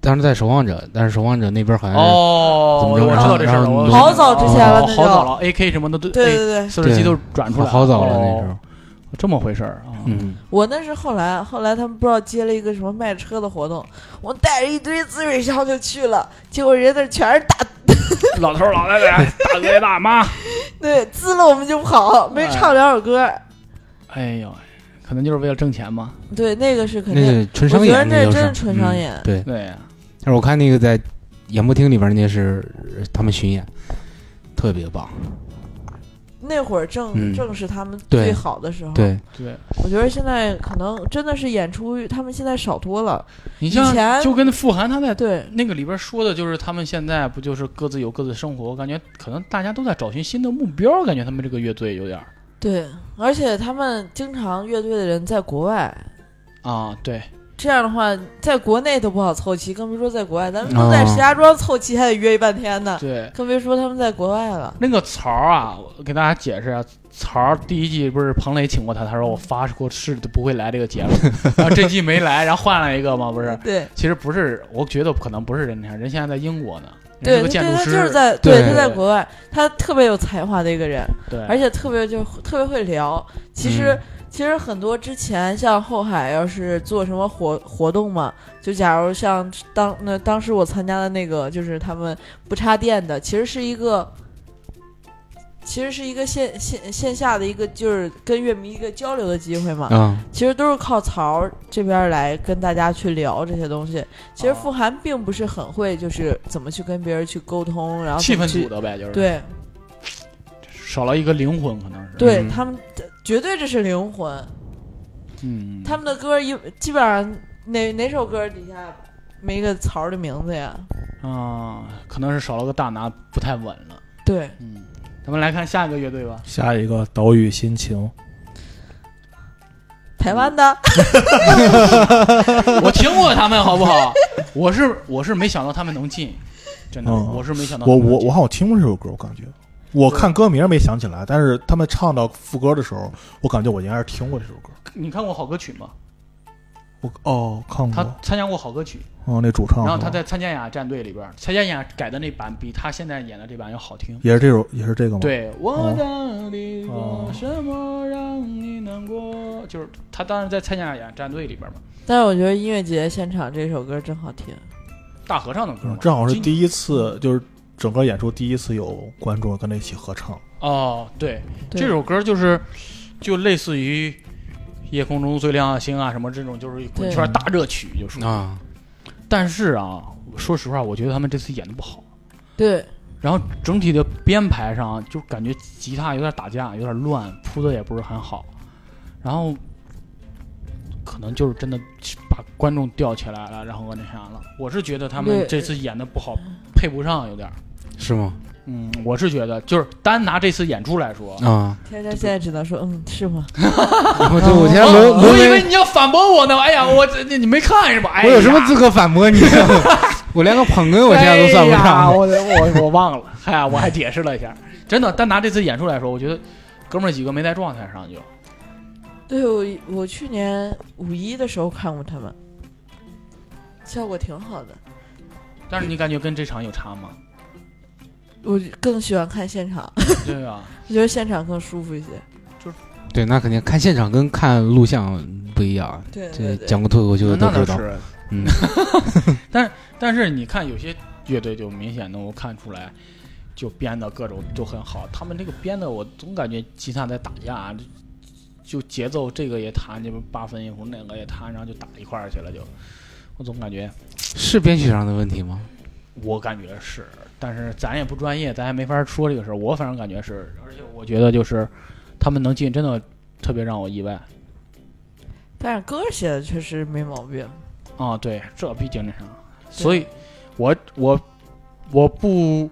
当时在守望者，但是守望者那边好像是、
哦，我
哎怎么着
知道这事儿
然
了，
后
我
然后
好早之前了
哦
那
好
就
早了，AK 什么的都哎
对对对，
四十七
对
都转出来
好好早了那时
哦
候。
这么回事儿啊？
嗯，
我那是后来，后来他们不知道接了一个什么卖车的活动，我带着一堆滋水枪就去了，结果人那全是大
老头儿老太太、大哥大妈，
对，滋了我们就跑，没唱两首歌。
哎呦，可能就是为了挣钱嘛。
对，那个是肯
那
定。
是纯商
我觉
演，
得那
就是
真是纯商演
嗯对，
对啊呀，
但是我看那个在演播厅里边儿那是呃他们巡演，特别棒。
哦那会儿正、
嗯
正是他们
对
最好的时候。，
对，
对
我觉得现在可能真的是演出，他们现在少多了。
你像
以前
就跟傅涵他在
对，
那个里边说的就是他们现在不就是各自有各自的生活，我感觉可能大家都在找寻新的目标，感觉他们这个乐队有点儿
对，而且他们经常乐队的人在国外，
啊，对，
这样的话在国内都不好凑齐，更别说在国外。咱们
哦
都在石家庄凑齐，还得约一半天呢，
对，
更别说他们在国外了。
那个曹儿啊，我给大家解释啊，曹儿第一季不是彭磊请过他，他说我发过誓都不会来这个 节目，然后这季没来，然后换了一个嘛，不是？
对，
其实不是，我觉得可能不是人家，人现在在英国呢，
对，他
人是个
对
建筑
他
师，
就是在
对
他在国外，他特别有才华的一个人。
对，
而且特别就是特别会聊。其
嗯
实、其实很多之前像后海要是做什么活活动嘛，就假如像当那当时我参加的那个就是他们不插电的，其实是一个。其实是一个线线线下的一个，就是跟乐迷一个交流的机会
啊
嘛。
嗯，
其实都是靠曹儿这边儿来跟大家去聊这些东西。其实
哦
傅涵并不是很会，就是怎么去跟别人去沟通，然后
气
怎么
氛
去
组的呗，就是
对，
少了一个灵魂，可能是，
对、
嗯
他们的绝对这是灵魂，
嗯，
他们的歌一基本上哪哪首歌底下没个词儿的名字呀？
啊，可能是少了个大拿，不太稳了，
对，
嗯，咱们来看下一个乐队吧，
下一个岛屿心情，
台湾的，
我听过他们，好不好？我是我是没想到他们能进，真的，
嗯
我是没想到他
我
们能
我
进
我好像听过这首歌，我感觉。我看歌名没想起来，但是他们唱到副歌的时候，我感觉我应该是听过这首歌。
你看过好歌曲吗？
我哦，看
他
过，
参加过好歌曲，
哦，那主唱，
然后他在参加雅战队里边儿，参加雅改的那版比他现在演的这版要好听。
也是这首，也是这个吗？，
对，我到底
哦
过什么让你难过？就是他当时在参加雅战队里边嘛，
但是我觉得音乐节现场这首歌真好听。
大合唱的歌嘛
嗯，，正好是
今
第一次，就是整个演出第一次有观众跟他一起合唱。
哦，对，
对
这首歌就是就类似于夜空中最亮的星啊什么这种，就是滚圈大热曲，就是。
啊，
但是啊，说实话，我觉得他们这次演的不好。
对，
然后整体的编排上就感觉吉他有点打架，有点乱，铺的也不是很好。然后可能就是真的把观众吊起来了，然后那啥了。我是觉得他们
对
这次演的不好，配不上有点儿。
是吗？
嗯，我是觉得就是单拿这次演出来说，
啊，
天天现在只能说，嗯，是吗？
我对我现在沦
哦我
沦
我以为
为
你要反驳我呢。哎呀，我这你你没看是吧？哎
我
呀，
有什么资格反驳你？ 我连个捧哏我现在都算不
哎呀
上。
我我我忘了，哎呀，我还解释了一下。真的，单拿这次演出来说，我觉得哥们儿几个没在状态上就，
对我，我去年五一的时候看过他们，效果挺好的。
但是你感觉跟这场有差 吗？
我更喜欢看现场，
对啊，
我觉得现场更舒服一些。
对，那肯定看现场跟看录像不一样。
对对
这
对，
讲过脱口秀的
那
都
倒
知道，
是，
嗯，
但是你看有些乐队就明显能够看出来，就编的各种都很好。他们这个编的，我总感觉吉他在打架，就节奏这个也弹，这不八分音符那个也弹，然后就打一块儿去了就。我总感觉，
是编曲上的问题吗？
我感觉是，但是咱也不专业，咱也没法说这个事儿。我反正感觉是，而且我觉得就是他们能进，真的特别让我意外
但是歌写的确实没毛病。
啊！对，这毕竟那啥，所以我我我不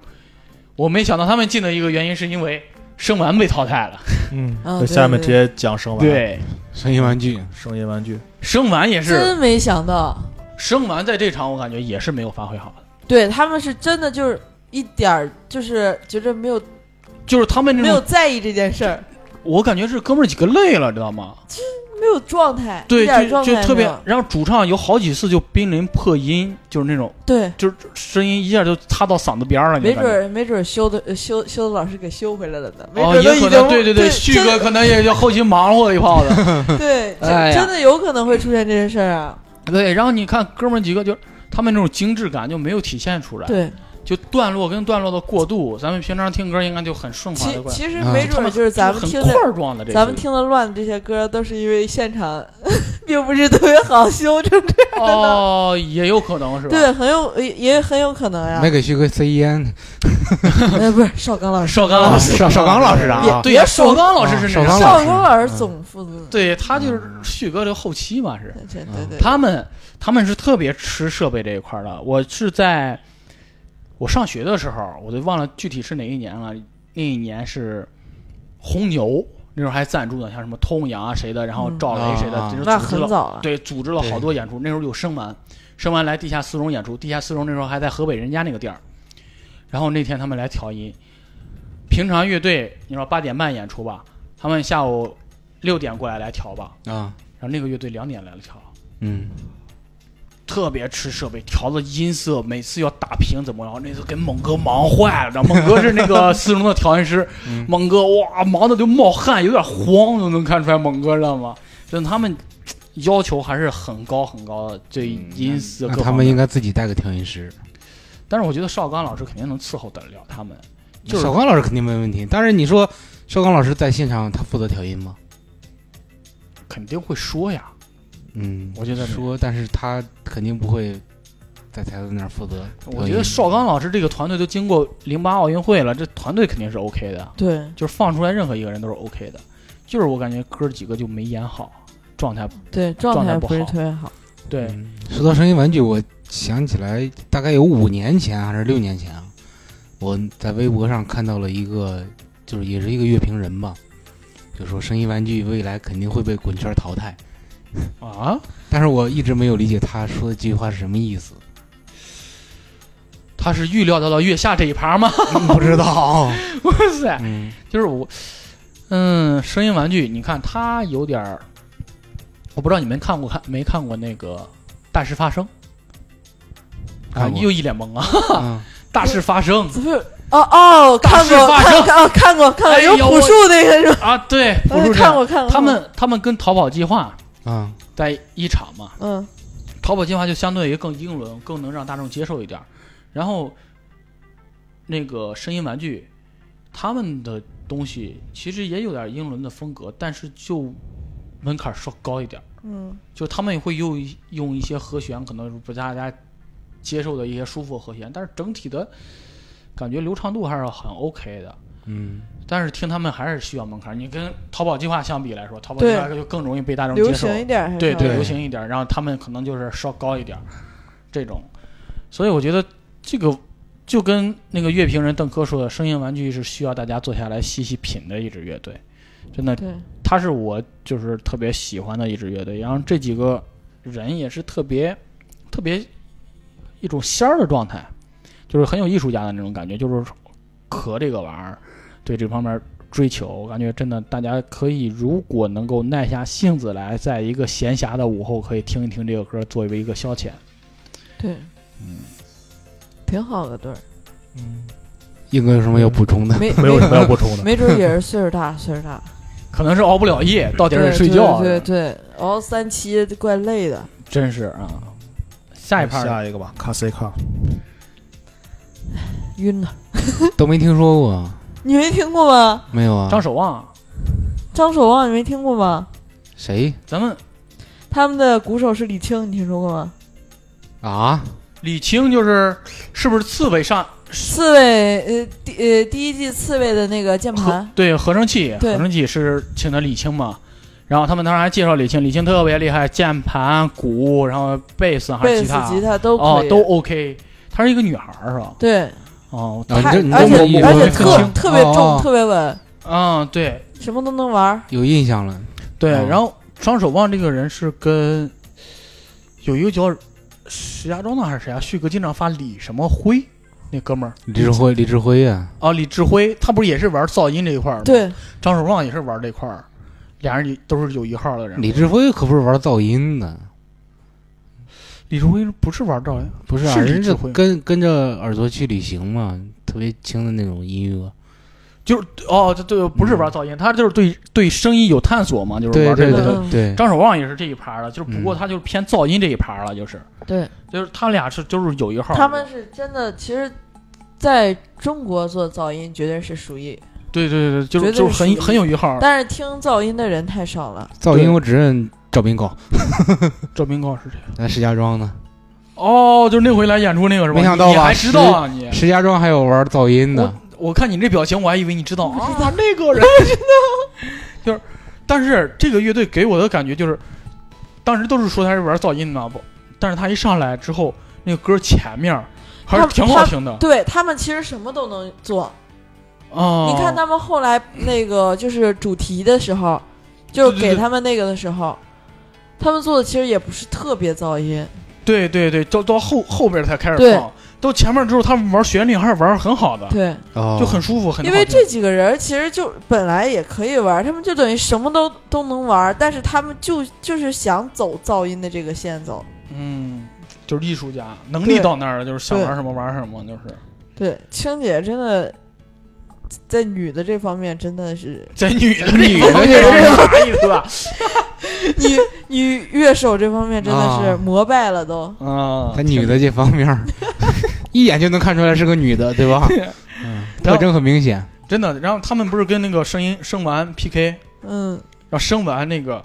我没想到他们进的一个原因是因为生完被淘汰了，
嗯
啊
在
对
下面
对
直接讲生玩，，
对，
声音玩具，
声音玩具，
生完也是
真没想到，
生完在这场我感觉也是没有发挥好的，
对他们是真的就是一点儿，就是觉着没
嗯
有
就是他们这
没有
种，
在意这件事 儿，
我感觉是哥们儿几个累了，知道吗？
没有状态，一
对，
点儿
就
状态
就
没有
特别，然后主唱有好几次就濒临破音，就是那种。
对，
就是声音一下就擦到嗓子边儿了，
没
你
准
感觉。
儿没准儿修的修修的老师给修回来了呢，没
哦，
准儿都
也
已
可
经
能对对
对，
旭
真
哥可能也就后期忙活了一炮子。
对，真
哎呀
真的有可能会出现这件事儿啊，
对，然后你看哥们儿几个就，他们那种精致感就没有体现出来，
对，
就段落跟段落的过渡，咱们平常听歌应该就很顺滑
其
的过来，
其实
嗯
没
他
准儿
们
就是咱们
很
听
块
着。
儿状的这些，
咱们听的乱的这些歌，都是因为现场 并不是特别好修成这样的呢。
哦，也有可能是吧？
对，很有也也很有可能呀
没。给旭哥塞烟。
呃，不是邵刚老师，
邵刚老师，
邵邵哦刚老师
也
啊，
对呀，
别说
邵刚老师是
邵
那
刚
种，
老师
邵刚老师
嗯
总负责。
对他就是旭哥的后期嘛，是。
对对对，
嗯他们他们是特别吃设备这一块儿的。我是在我上学的时候，我都忘了具体是哪一年了。那一年是红牛那时候还赞助呢，像什么偷羊啊谁的，然后
嗯
赵雷谁的，
啊
这
那
就组织
很
了。
早了。
对，组织了好多演出。那时候有生完，生完来地下丝绒演出，地下丝绒那时候还在河北人家那个地儿。然后那天他们来调音，平常乐队你说八点半演出吧，他们下午六点过来来调吧，
啊，
然后那个乐队两点来了调。
嗯，
特别吃设备，调的音色每次要打平怎么着？那次给猛哥忙坏了， 知道猛哥是那个丝绒的调音师，
嗯
猛哥哇忙的就冒汗，有点慌都能看出来猛哥知道吗？就是他们要求还是很高很高的，对音色
嗯那
各
他
方
们应
面。
该自己带个调音师。
但是我觉得邵刚老师肯定能伺候得了他们，就是
邵刚老师肯定没问题，但是你说邵刚老师在现场他负责调音吗？
肯定会说呀。
嗯，
我觉得没有
说，但是他肯定不会在台子那儿负责调音。
我觉得邵刚老师这个团队都经过零八奥运会了，这团队肯定是 OK 的。
对
就是放出来任何一个人都是 OK 的，就是我感觉哥几个就没演好，状态
对，状
态
态
不
不是
好
特别好。
对，
嗯说到声音玩具，我想起来大概有五年前还是六年前啊，我在微博上看到了一个，就是也是一个乐评人吧，就说声音玩具未来肯定会被滚圈淘汰，
啊，
但是我一直没有理解他说的这句话是什么意思，
他是预料到了月下这一盘吗？
不知道。
哇塞，
嗯，
就是我，嗯，声音玩具，你看他有点儿，我不知道你们看过看没看过那个《大事发生》啊，
看过
又一脸懵啊，
嗯
《大事发生
不是哦哦，看过
大事发
看
生
看哦看过看过，
哎呦
有朴树那个是》吧？
啊，对，不
哎
是这
看
样，
过看过。
他们他们跟逃跑计划
啊，
在一场嘛，
嗯，
淘宝计划就相对于更英伦，更能让大众接受一点儿。然后，那个声音玩具，他们的东西其实也有点英伦的风格，但是就门槛儿稍高一点儿。
嗯
就他们也会用一用一些和弦，可能是不大家接受的一些舒服和弦，但是整体的感觉流畅度还是很 OK 的。
嗯，
但是听他们还是需要门槛儿。你跟淘宝计划相比来说，淘宝计划就更容易被大众
流
接受。
行一点还是
对
好
对，
的
流行一点儿，然后他们可能就是稍高一点儿这种，所以我觉得这个就跟那个乐评人邓科说的，声音玩具是需要大家坐下来细细品的一支乐队，真的，
对
他是我就是特别喜欢的一支乐队，然后这几个人也是特别特别一种仙儿的状态，就是很有艺术家的那种感觉，就是壳这个玩意儿对这方面追求，我感觉真的大家可以如果能够耐下性子来，在一个闲暇的午后可以听一听这个歌，作为一个消遣。
对，
嗯
挺好的对儿，
嗯，
硬哥有什么要补充的？
没
没有什么要补充的。
没准儿也是岁数大，岁数大，
可能是熬不了夜，到
对
点儿得睡觉，
对对对，熬三期怪累的。
真是啊。 下一盘儿
下一个吧，卡 C 卡，
晕了，
都没听说过，
你没听过吗？
没有啊
张？守望，
张守望你没听过吗？
谁
咱们
他们的鼓手是李青，你听说过吗？
啊？
李青就是是不是刺猬上
刺猬，呃，第呃第一季刺猬的那个键
合
盘，
对合成器，
对
合成器是请的李青嘛。然后他们当时还介绍李青，李青特别厉害，键盘、鼓，然后贝斯还
贝
是
斯
吉他，、
吉他都
哦
可以，
都 OK。她是一个女孩儿是吧？
对，
哦，
啊，
他
你这你
而
这
且
我我
而
我
且
听
特
清
特别
哦
重，
哦
特别稳，
嗯，对
什么都能玩儿。
有印象了。
对。
哦
然后张守望这个人是跟有一个叫石家庄的还是谁啊？旭哥经常发李什么辉那哥们儿
李志辉，李志辉啊呀，
哦，李志辉，他不是也是玩噪音这一块儿吗？，
对，
张守望也是玩这块儿，俩人都是有一号的人。
李志辉可不是玩噪音的，
李志辉不是玩噪音，
不是啊，
是李
人
志
家
辉
跟跟着耳朵去旅行嘛，特别轻的那种音乐。
哦，对对，不是玩噪音，他就是对对声音有探索嘛，就是
嗯对
玩这
对
个。
对
对对，
张守望也是这一盘儿的，就是不过
嗯
他就是偏噪音这一盘儿了，就是
对，
就是他俩是就是有一号儿的，
他们是真的，其实在中国做噪音绝对是属于，
对对对，就
绝
是
对
就是
是
很
属于
很有一号儿。
但是听噪音的人太少了。
噪
对
音我只认赵斌高，
赵明高是谁？
那石家庄呢？
哦，就是那回来演出那个是吧？
没想到吧
你还知道啊你？
石家庄还有玩噪音的
我，我看你这表情，我还以为你知道啊，那个人就是，但是这个乐队给我的感觉就是，当时都是说他是玩噪音的嘛，不，但是他一上来之后，那个歌前面儿还是
他
挺好听的
对他们其实什么都能做，
啊。
你看他们后来那个就是主题的时候，就是
对对
给
对
他们那个的时候，他们做的其实也不是特别噪音，
对对对，到到后后边才开始
对
放，到前面之后他们玩旋律还是玩得很好的，
对，
哦
就很舒服，啊很
因
好
为
听
这几个人其实就本来也可以玩，他们就等于什么都都能玩，但是他们就就是想走噪音的这个线走，
嗯，就是艺术家能力
对
到那儿了，就是想
对
玩什么玩什么，就是
对，青姐真的在女的这方面真的是
在女的
女的
这
这
个
方面
啥意思 啊？
女 女乐手这方面真的是
啊
膜拜了都，
啊，
他女的这方 面儿，一眼就能看出来是个女的，对吧？嗯，
然后
特征很明显。
真的。然后他们不是跟那个声音声完 PK，然
嗯。
后声完那个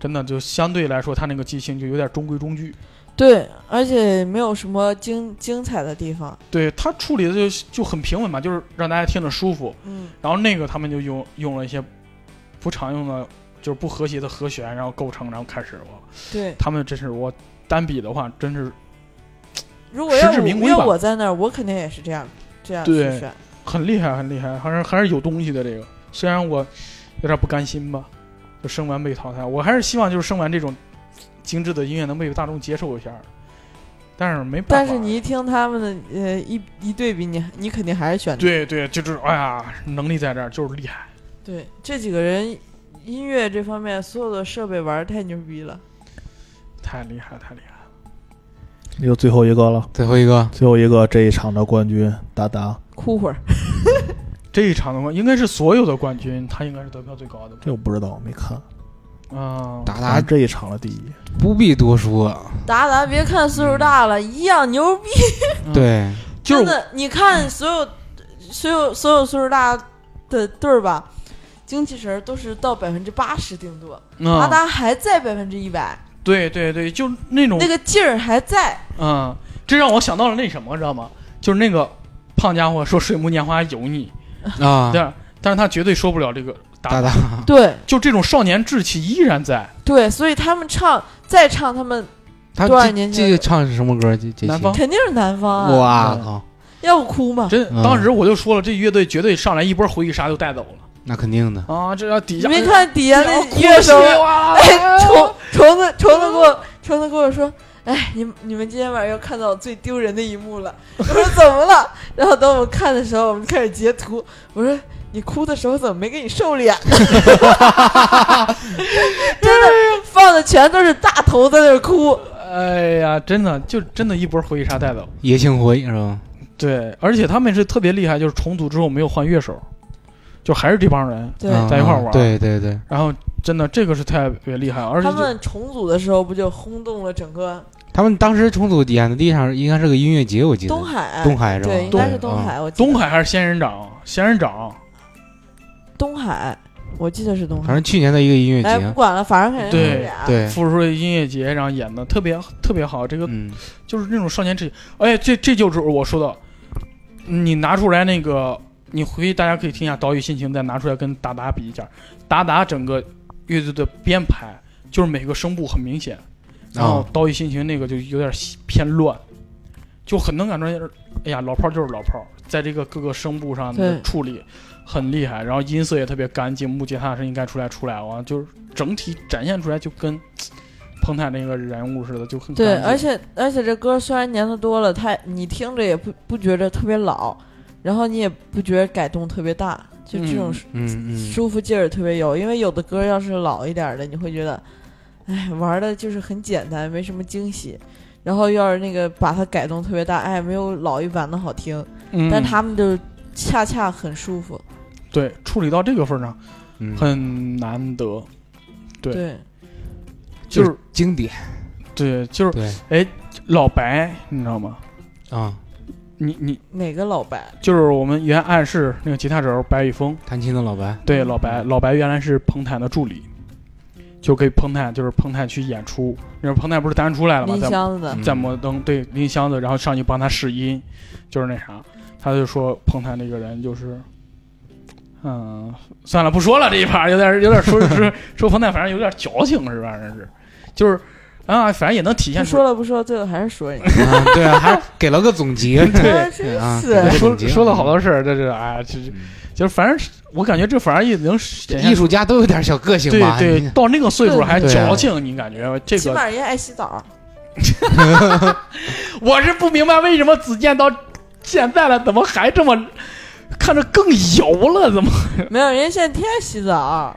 真的就相对来说他那个即兴就有点中规中矩。
对，而且没有什么精精彩的地方。
对他处理的就就很平稳嘛，就是让大家听着舒服。
嗯，
然后那个他们就用用了一些不常用的，就是不和谐的和弦，然后构成，然后开始我
对。
他们真是我单比的话，真是
如果要
实至名
我
归
要
吧
我在那儿，我肯定也是这样这样去
对
选。
很厉害，很厉害，还是还是有东西的这个。虽然我有点不甘心吧，就生完被淘汰，我还是希望就是生完这种精致的音乐能被大众接受一下，但是没办
但
法。
是你一听他们的呃一一对比你，你肯定还是选
对对，就是哎呀，能力在这儿就是厉害。
对这几个人音乐这方面所有的设备玩儿太牛逼了。
太厉害，太厉害！
又最后一个了，
最后一个，
最后一个这一场的冠军达达，
哭会儿，
这一场的话，应该是所有的冠军，他应该是得票最高的吧？
这我不知道，我没看。
啊、
达
反
达
正这一场的第一，
不必多说，
达达别看岁数大了，一样牛逼。
嗯，
对，
就
真
是
的，你看所有所有所有岁数大的队儿吧，精气神儿都是到百分之八十顶多，
嗯
达达还在百分之一百。
对对对，就是那种
那个劲儿还在。
嗯，这让我想到了那什么，知道吗？就是那个胖家伙说《水木年华》油腻，
啊，
但但是他绝对说不了这个
达
达
达，
对
就这种少年志气依然在。
对，所以他们唱再唱，他们
他
多少
这
年前
这唱是什么歌？这这
南方
肯定是南方啊！
哇哦
嗯
靠，
要不哭吗？
真，
嗯
当时我就说了，这乐队绝对上来一波回忆杀就带走了
那肯定的。
啊！这要底
你
下哎
没看底下那哎
哭
乐手，
稀里哗啦
哎，虫虫子虫子给我虫子跟我说，哎，你你们今天晚上又看到我最丢人的一幕了。我说怎么了？然后等我们看的时候，我们开始截图。我说你哭的时候怎么没给你瘦脸？ 真的放的全都是大头在那儿哭。
哎呀，真的就真的一波回忆杀带走。
爷青回是吧？
对，而且他们是特别厉害，就是重组之后没有换乐手，就还是这帮人，
对，
嗯
在一块儿玩
对对对，
然后真的这个是特别厉害，而且
他
就
们重组的时候不就轰动了整个
他们当时重组演的地上应该是个音乐节，我记得。
东海？
东海是吧
对，应该是
东
东海。我记得
东海还是仙人掌，仙人掌，
东海，我记得是东
嗯反
海。
正去年的一个音乐
哎，不
节，
管了，反正肯定是
对
俩。
对，
付出的音乐节，然后演的特别特别好，这个
嗯，
就是那种少年气。哎，这这就是我说的，你拿出来那个，你回去大家可以听一下岛屿心情，再拿出来跟达达比一下。达达整个乐队的编排就是每个声部很明显，然
啊
后岛屿心情那个就有点偏乱，就很能感觉，哎呀，老炮儿就是老炮儿，在这个各个声部上的
对
处理很厉害，然后音色也特别干净，木吉他的声音该出来出来，完就是整体展现出来就跟。彭坦那个人物似的，就很
对，
干净
而且而且这歌虽然年头多了，它你听着也不不觉着特别老，然后你也不觉得改动特别大，就这种
嗯
舒
嗯嗯，
舒服劲儿特别有。因为有的歌要是老一点儿的，你会觉得，哎，玩的就是很简单，没什么惊喜。然后要是那个把它改动特别大，哎，没有老一版的好听。
嗯
但他们就是恰恰很舒服。
对处理到这个份儿上
嗯
很难得，对
对，
就
就是是经典，
对，就是哎
对
老白，你知道吗？
啊，
你你
哪个老白？
就是我们原暗示那个吉他手白宇峰，
弹琴 的老白，
对老白，
嗯
老白原来是彭坦的助理，就给彭坦就是彭坦去演出，那彭坦不是单人出来了吗？
拎
在
箱 子的。
嗯
在摩登对拎箱子，然后上去帮他试音，就是那啥，他就说彭坦这个人就是，嗯，算了，不说了这一趴儿，有点有点说说说彭坦，反正有点矫情是吧？反正是，就是啊，反正也能体现
不
出
说了不说，最后还是说人家。
啊对啊，还给了个总 结，
啊
对
真
啊
是。
对
哎说
总结
说了好多事儿，这是哎，这这就是反正是我感觉这反而也能显现
艺术家都有点小个性
对
吧？
对，到那个岁数还
对啊
矫情，你感觉这
起
个
码人家爱洗澡。
我是不明白为什么子健到现在了，怎么还这么看着更油了？怎么
没有，人家现在天天洗澡。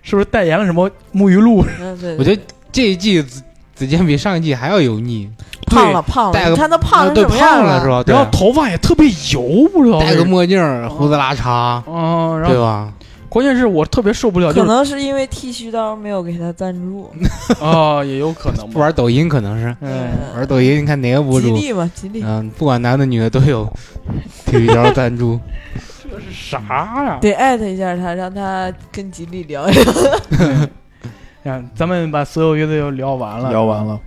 是不是代言了什么沐浴露？
嗯，对，
我觉得这一季子子健比上一季还要油腻，
胖了胖
戴
了，
个
你看他胖成
对
什么样啊
胖了是？吧？对
然后头发也特别油，不知道为
戴
什
个
么。
墨镜儿，胡子拉碴，
嗯，然
对
后
吧？
关键是我特别受不了，就
可
是
能是因为剃须刀没有给他赞助，
啊，也有可能吧。
玩抖音可能是
嗯，
玩抖音，你看哪个博
吉
主，
利嘛，吉利。
嗯，不管男的女的都 有体育条赞助，
这是啥呀？
得艾特一下他，让他跟吉利聊一聊。
呀，咱们把所有乐队都聊完了，
聊完了，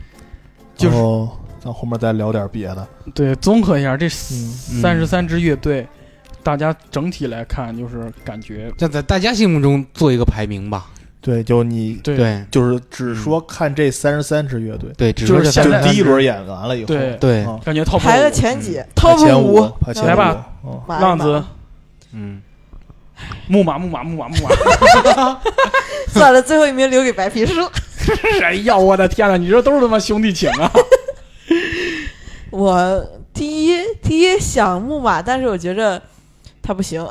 就是
然后咱后面再聊点别的。
对，综合一下这
嗯
三十三支乐队，大家整体来看就是感觉
像在大家心目中做一个排名吧。
对，就你
对
对
就是只说看这三十三支乐队，
对，只说
就是
这
现
三
就
在
个
第一轮演完了以后，
对，
对，
啊
感觉 top
排个
five
前几
排
，top
前五
五，，
排前五，
来吧
嗯，
妈呀
嗯浪子，
嗯，
木马木马木马木马，
算了，最后一名留给白皮书。
哎呀，我的天呐，你这都是他妈兄弟情啊！
我第一第一想木马，但是我觉着他不行。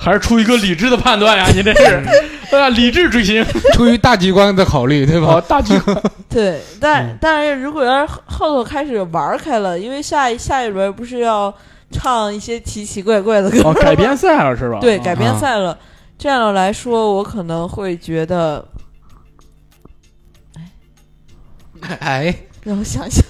还是出于一个理智的判断呀、你这是，啊，理智追星，
出于大局观的考虑，对吧
好？大局观，
对，但、
嗯
但是如果要是后后头开始玩儿开了，因为下一下一轮不是要唱一些奇奇怪怪的 歌、
哦，改编赛了是吧？
对
啊
改编赛了，这样来说，我可能会觉得
哎，
让我想想，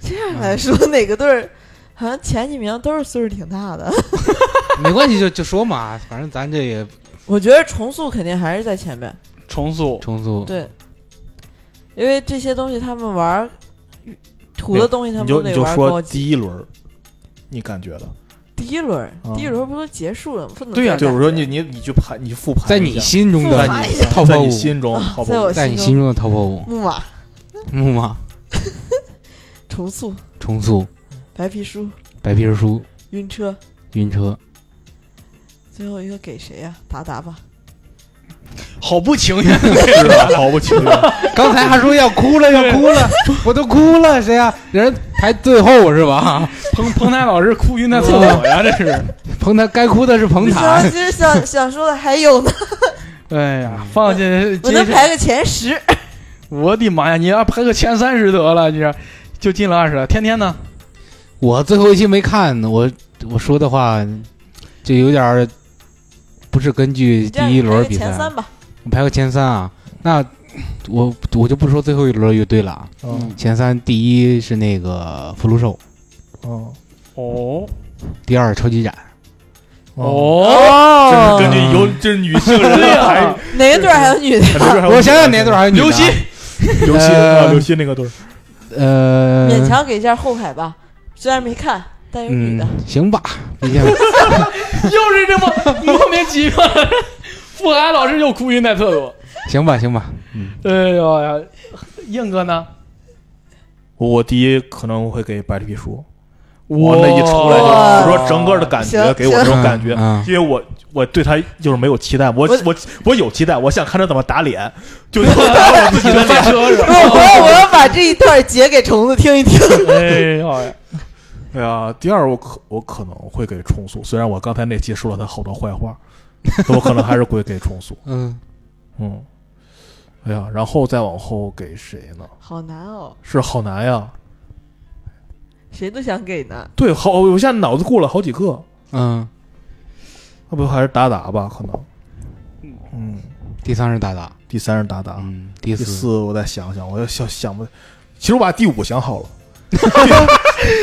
这样
嗯
来说、哪个队儿好像前几名都是岁数挺大的，
没关系，就就说嘛，反正咱这也
我觉得重塑肯定还是在前面，
重塑，
重塑。
对，因为这些东西他们玩儿土的东西，他
哎你
们
就
都
你
得
就
玩儿高
说
级。
第一轮，你感觉的，
第一轮儿，
啊
第一轮儿不都结束了吗？不能
对呀
再
就是
改
说
了
你你你去排，你复盘
在
一
你
下
心中的
复盘一下
top
在
5,
你心中
啊
top
在
five
我
在你心中的 top 五，
木马
木马、
重塑。
重塑、
白皮书、
白皮书、
晕车，
晕车，
最后一个给谁呀、达达吧。
好不情 愿。
是啊，毫不 情愿。
刚才还说要哭了，要哭了，我都哭了，谁呀、人排最后是 吧？
彭彭坦老师哭晕在厕所呀，这是。
彭坦该哭的是彭
你说
坦
其，实想想说的还有呢，
哎呀，放进
我
接
能
下
排个前十，
我的妈呀！你要排个前三十得了，你这就进了二十了。天天呢？
我最后一期没看，我我说的话就有点儿不是根据第一轮比
这样排个前，
赛
三吧。
我排个前三啊。那我我就不说最后一轮乐队了啊，
嗯
前三第一是那个福禄寿，
嗯
哦
第二超级展，
哦，这
哦
是根据有这是女性人
对
的
呀
排，
啊
哪个队儿还有女的？
我想想哪段
儿
还有你呢
刘希，
还有刘希啊，刘希那个队儿，
呃，
勉强给一下后排吧，虽然没看，但有女
嗯
的。，
行吧， 毕竟
又是这 么莫名其妙的。傅海老师又哭晕在厕所。
行吧，行吧，
哎呦呀，硬哥呢？
我第一可能会给白皮书，
我
那一出来就
哇
我说整个的感觉
行
给我这种感觉
行嗯嗯，
因为我我对他就是没有期待，我
我
我我有期待，我想看他怎么打脸， 就打我自己 的哎脸。
车是
不 是， 我要我要把这一段截给虫子听一听。
哎呦呀，
哎呀，第二我可我可能会给重塑，虽然我刚才那期说了他好多坏话，但我可能还是会给重 塑。
嗯，
嗯，哎呀，然后再往后给谁呢？
好难哦，
是好难呀，
谁都想给呢。
对，好，我现在脑子过了好几个，
嗯，
要不还是达达吧？可能，嗯，
第三是达达，
第三是达达，
嗯，第
第
四
四我再想想，我要想想不，其实我把第五想 好了，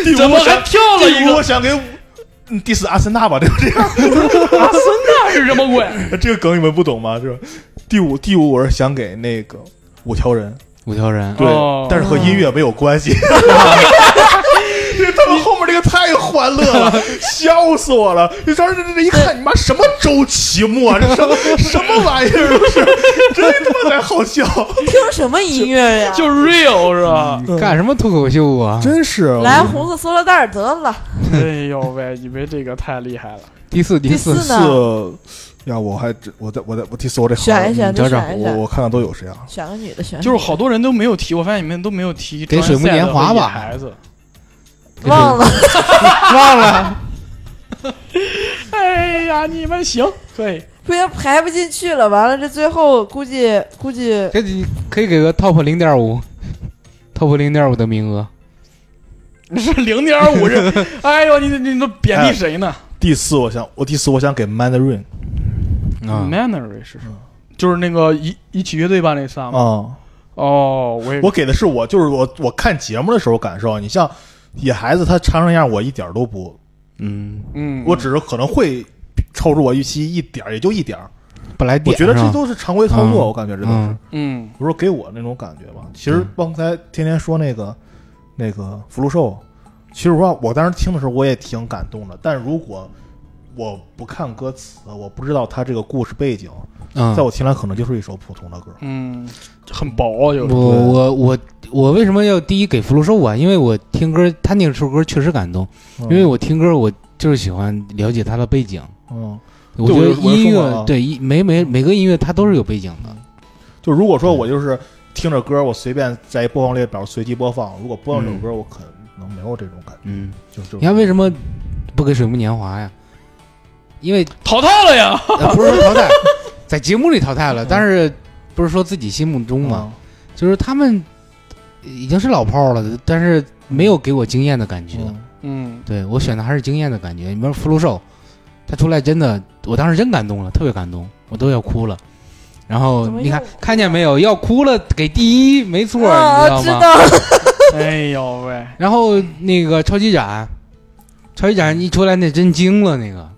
第
怎
五
么
我
还
想
跳了一
第五
个
我？想给嗯第四阿森纳吧，对不对？
那是什么鬼？
这个梗你们不懂吗？就是第五第五我是想给那个五条人，
五条人，
对，
哦
但是和音乐没有关 系。这他们后面这个太欢乐了，笑死我了！你说这这这一看，你妈什么周奇墨，这什么什么玩意儿，这是真他妈才好笑，
听什么音乐呀？
就是 real 是吧？
啊
你干什么脱口秀啊？
嗯真是
来红色塑料袋儿得了。
哎呦喂，你们这个太厉害了！
第四，第
第
四
四，呢
是呀，我还真我在我在我第四我得好
选一选，
你
再
找找
选一
我
选，
我看看都有谁啊？
选个女的，选个
就是
女
好多人都没有提，我发现你们都没有提
给水木年华吧
孩子，
的忘了。
忘了，
哎呀，你们行，可以。
不行，排不进去了。完了，这最后估计估计
这你可以给个 top 零点五，top 零点五的名额，
是零点五是，哎呦，你你都贬低谁呢、
第四我想我第四我想给 Mandarin
嗯
m a n n e r 是什么？就是那个一一起乐队吧那仨
啊。
吗？哦，我也
我给的是我，就是我我看节目的时候感受。啊你像野孩子，他唱成那样，我一点儿都不，
嗯，
嗯，
我只是可能会超出我预期一点儿，也就一点儿。
本来
我觉得这
都
都是常规操作，
嗯
我感觉这都是
嗯。
嗯
我说给我那种感觉吧。其实刚才天天说那个那个福禄寿，其实说我当时听的时候我也挺感动的，但如果我不看歌词，我不知道他这个故事背景，
嗯
在，我听来可能就是一首普通的歌。
嗯，很薄啊，就
我
是
我我我为什么要第一给福禄寿啊？因为我听歌，他那首歌确实感动，
嗯
因为我听歌我就是喜欢了解他的背景。
嗯，
我觉得
我就
音
说嘛
乐对一每每每个音乐它都是有背景的，
就如果说我就是听着歌，我随便在播放列表随机播放，如果播放这首歌，我可能没有这种感觉。
嗯，
就就
你看为什么不给《水木年华》呀？因为
淘汰了呀。
呃不是说淘汰，在节目里淘汰了，但是不是说自己心目中嘛？就是他们已经是老炮儿了，但是没有给我惊艳的感觉。
嗯
嗯，
对我选的还是惊艳的感觉。你比如福禄寿，他出来真的，我当时真感动了，特别感动，我都要哭了。然后
怎么
你看
又哭，
看见没有？要哭了，给第一，没错，
啊，
你
知
知道吗？
道 了，
哎呦喂，
然后那个超级展，超级展一出来那真惊了，那个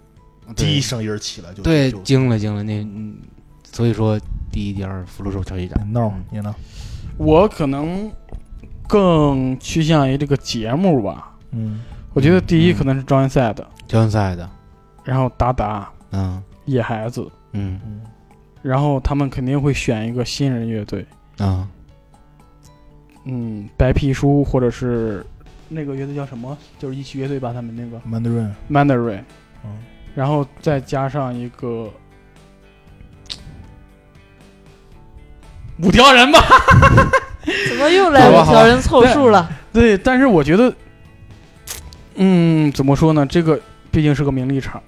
第一声音儿起来就
对
就
惊了惊了那，嗯所以说第一第二福禄寿超级展，
嗯闹你呢？
我可能更趋向于这个节目吧。
嗯，
我觉得第一
嗯
可能是张元赛的，
交响赛的，
然后达达、
嗯
野孩子，
嗯
然后他们肯定会选一个新人乐队，
啊
嗯，白皮书或者是那个乐队叫什么？就是一起乐队吧，他们那个
Mandarin，
Mandarin，
嗯
然后再加上一个五条人吧。
怎么又来
好吧
五
好吧
条人凑数了？
对，但是我觉得，嗯，怎么说呢？这个毕竟是个名利场，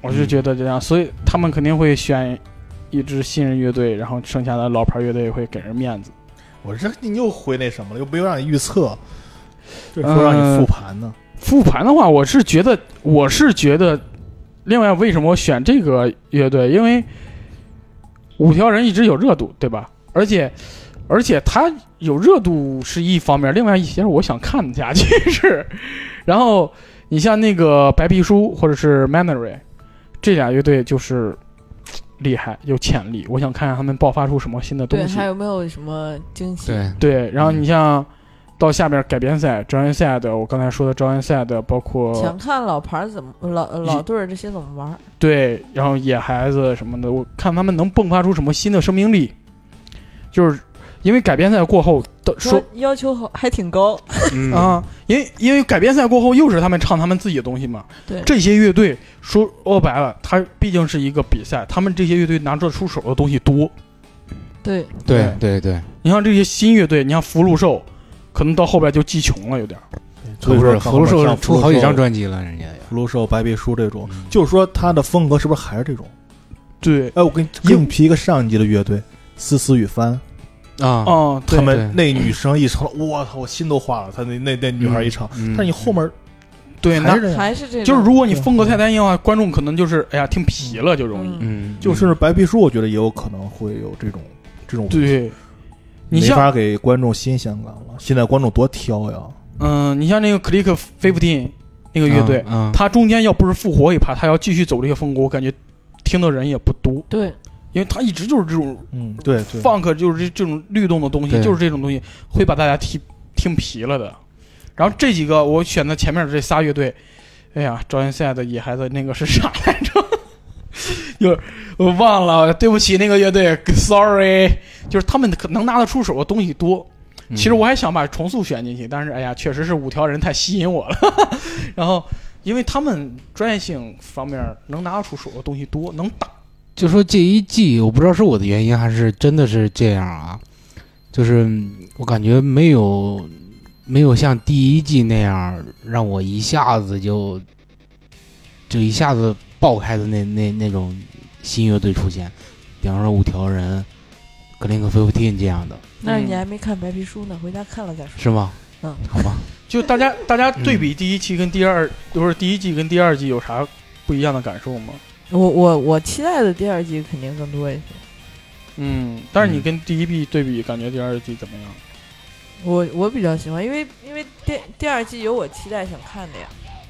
我是觉得这样，所以他们肯定会选一支新人乐队，然后剩下的老牌乐队会给人面子。
我这你又回那什么了，又没有让你预测，这说让
呃
你复盘呢。
复盘的话，我是觉得，我是觉得，另外为什么我选这个乐队？因为五条人一直有热度，对吧？而且，而且他有热度是一方面，另外一些是我想看下 去是。然后你像那个白皮书或者是 Manary，这俩乐队就是嘖厉害，有潜力，我想看看他们爆发出什么新的东
对，
西
还。有没有什么惊喜？
对，
对，然后你像到下边改编赛、招人赛的，我刚才说的招人赛的，包括
想看老牌儿怎么老老队儿这些怎么玩儿？
对，然后野孩子什么的，我看他们能迸发出什么新的生命力。就是因为改编赛过后的说
要要求好还挺高，
嗯
啊，因为因为改编赛过后又是他们唱他们自己的东西嘛。
对
这些乐队说说白了，它毕竟是一个比赛，他们这些乐队拿得出手的东西多。
对，
对对对，
你像这些新乐队，你像福禄寿，可能到后边就技穷了，有点儿。
所以
不
说
是
看
葫
我
芦
们
兽
像
出好几
葫芦
张
兽、
专辑了，人家也
葫芦兽、白皮书这种，
嗯
就是说他的风格是不是还是这种？
对，
哎，我给你硬皮一个上一级的乐队，丝丝雨帆，
啊，
啊，对
他们那女生一唱，我操，我心都化了。她那那那女孩一唱，
嗯
但是你后面
对，
还
那
是这样，
还是这种，
就是如果你风格太单一的话，观众可能就是哎呀听疲了就容易。
嗯
嗯，
就甚至白皮书，我觉得也有可能会有这种这种，
对，你
没
像
法给观众新鲜感了。现在观众多挑呀，
嗯，你像那个 Click Fifteen 那个乐队，
嗯，
它中间要不是复活一趴，它要继续走这个风格，我感觉听的人也不多，
对
因为它一直就是这种
嗯，对对，
funk，就是这这种律动的东西，
对
就是这种东西会把大家听听疲了的。然后这几个我选择前面这仨乐队，哎呀，赵云赛的野孩子那个是啥来着？就是我忘了，对不起那个乐队，sorry，就是他们可能拿得出手的东西多，
嗯
其实我还想把重塑选进去，但是哎呀，确实是五条人太吸引我了。 然后，因为他们专业性方面能拿得出手的东西多，能打。
嗯就说这一季，我不知道是我的原因还是真的是这样啊，就是嗯我感觉没有没有像第一季那样让我一下子就就一下子爆开的那那那种新乐队出现，比方说五条人、格林克菲夫 n 这样的，
但是你还没看白皮书呢，回家看了再说。
是吗？
嗯，
好吧，
就大家大家对比第一期跟第二，就是第一季跟第二季有啥不一样的感受吗？
我我我期待的第二季肯定更多一些。
嗯，但是你跟第一季对比，感觉第二季怎么样？
我我比较喜欢，因为因为第第二季有我期待想看的呀。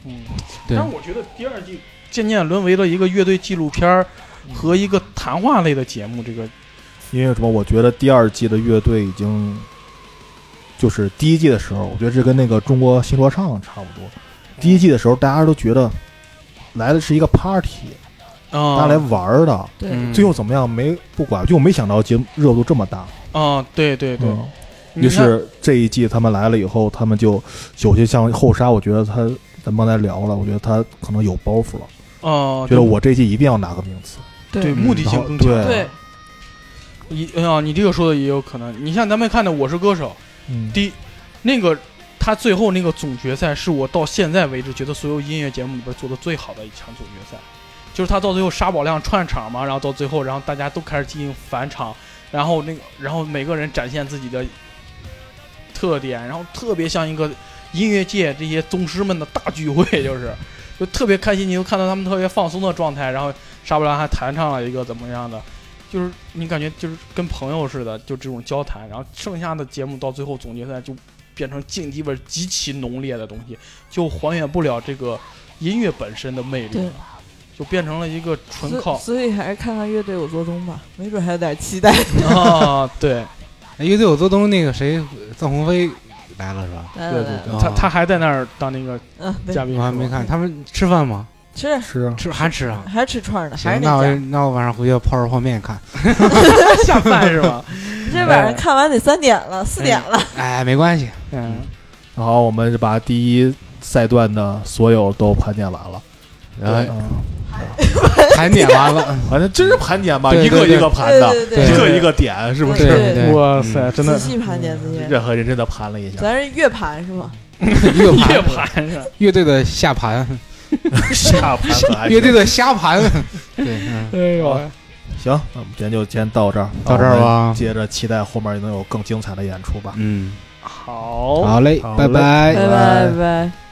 嗯，
对
但是我觉得第二季渐渐沦为了一个乐队纪录片儿和一个谈话类的节目，这个
因为什么？我觉得第二季的乐队已经就是第一季的时候，我觉得这跟那个中国新说唱差不多。第一季的时候，大家都觉得来的是一个 party，大
啊
家来玩儿的。
对
嗯
最后怎么样没不管，就没想到节目热度这么大。
啊，对对对，
嗯，
你
于
看
是这一季他们来了以后，他们就有些像后沙，我觉得他咱们刚才聊了，我觉得他可能有包袱了，
啊，
觉得我这一季一定要拿个名次。
对
对
目的
啊
性更强。
对
对，
你哎呀，你这个说的也有可能。你像咱们看的《我是歌手》
嗯，
第那个，他最后那个总决赛是我到现在为止觉得所有音乐节目里边做的最好的一场总决赛，就是他到最后沙宝亮串场嘛，然后到最后，然后大家都开始进行返场，然后那个，然后每个人展现自己的特点，然后特别像一个音乐界这些宗师们的大聚会， 就是就特别开心，你就看到他们特别放松的状态，然后沙布拉还弹唱了一个怎么样的，就是你感觉就是跟朋友似的，就这种交谈，然后剩下的节目到最后总决赛就变成竞技味儿极其浓烈的东西，就还原不了这个音乐本身的魅力
对
了，就变成了一个纯
所
靠
所以还是看看乐队有多终吧，没准还有点期待。
啊，对，
哎乐队有做东那个谁，臧鸿飞来了是吧？
来
对
来来
对
来，
他他还在那儿当那个
嗯，对
嘉宾，
我还没看，他们吃饭吗？
吃
是啊，
吃还吃啊？
还是吃串儿呢，还是
行，那
那
我
家。
那我晚上回去要泡着泡面看。
下饭是吧？
你这晚上看完得三点了，四点了。
哎，没关系，
嗯，
然后我们就把第一赛段的所有都盘点完了。
然后
嗯
盘点完了，
反正真是盘点吧，
对
一个
对对
一个盘
对
的，
对
对
一个一个点，是不
对
是？
对
嗯
对，
哇塞，真的
仔细盘点，仔细盘点，
任何认真的盘了一下。
咱是月盘是吗？
乐
夜
盘
盘是吧
乐队的下盘，
下盘可还
乐队
行
的瞎盘，对，嗯
哎呦，
行，那我们今天就先到这儿，
到这儿吧，
接着期待后面能有更精彩的演出吧。
嗯，
好
好嘞
好，嘞
拜拜
拜
拜拜。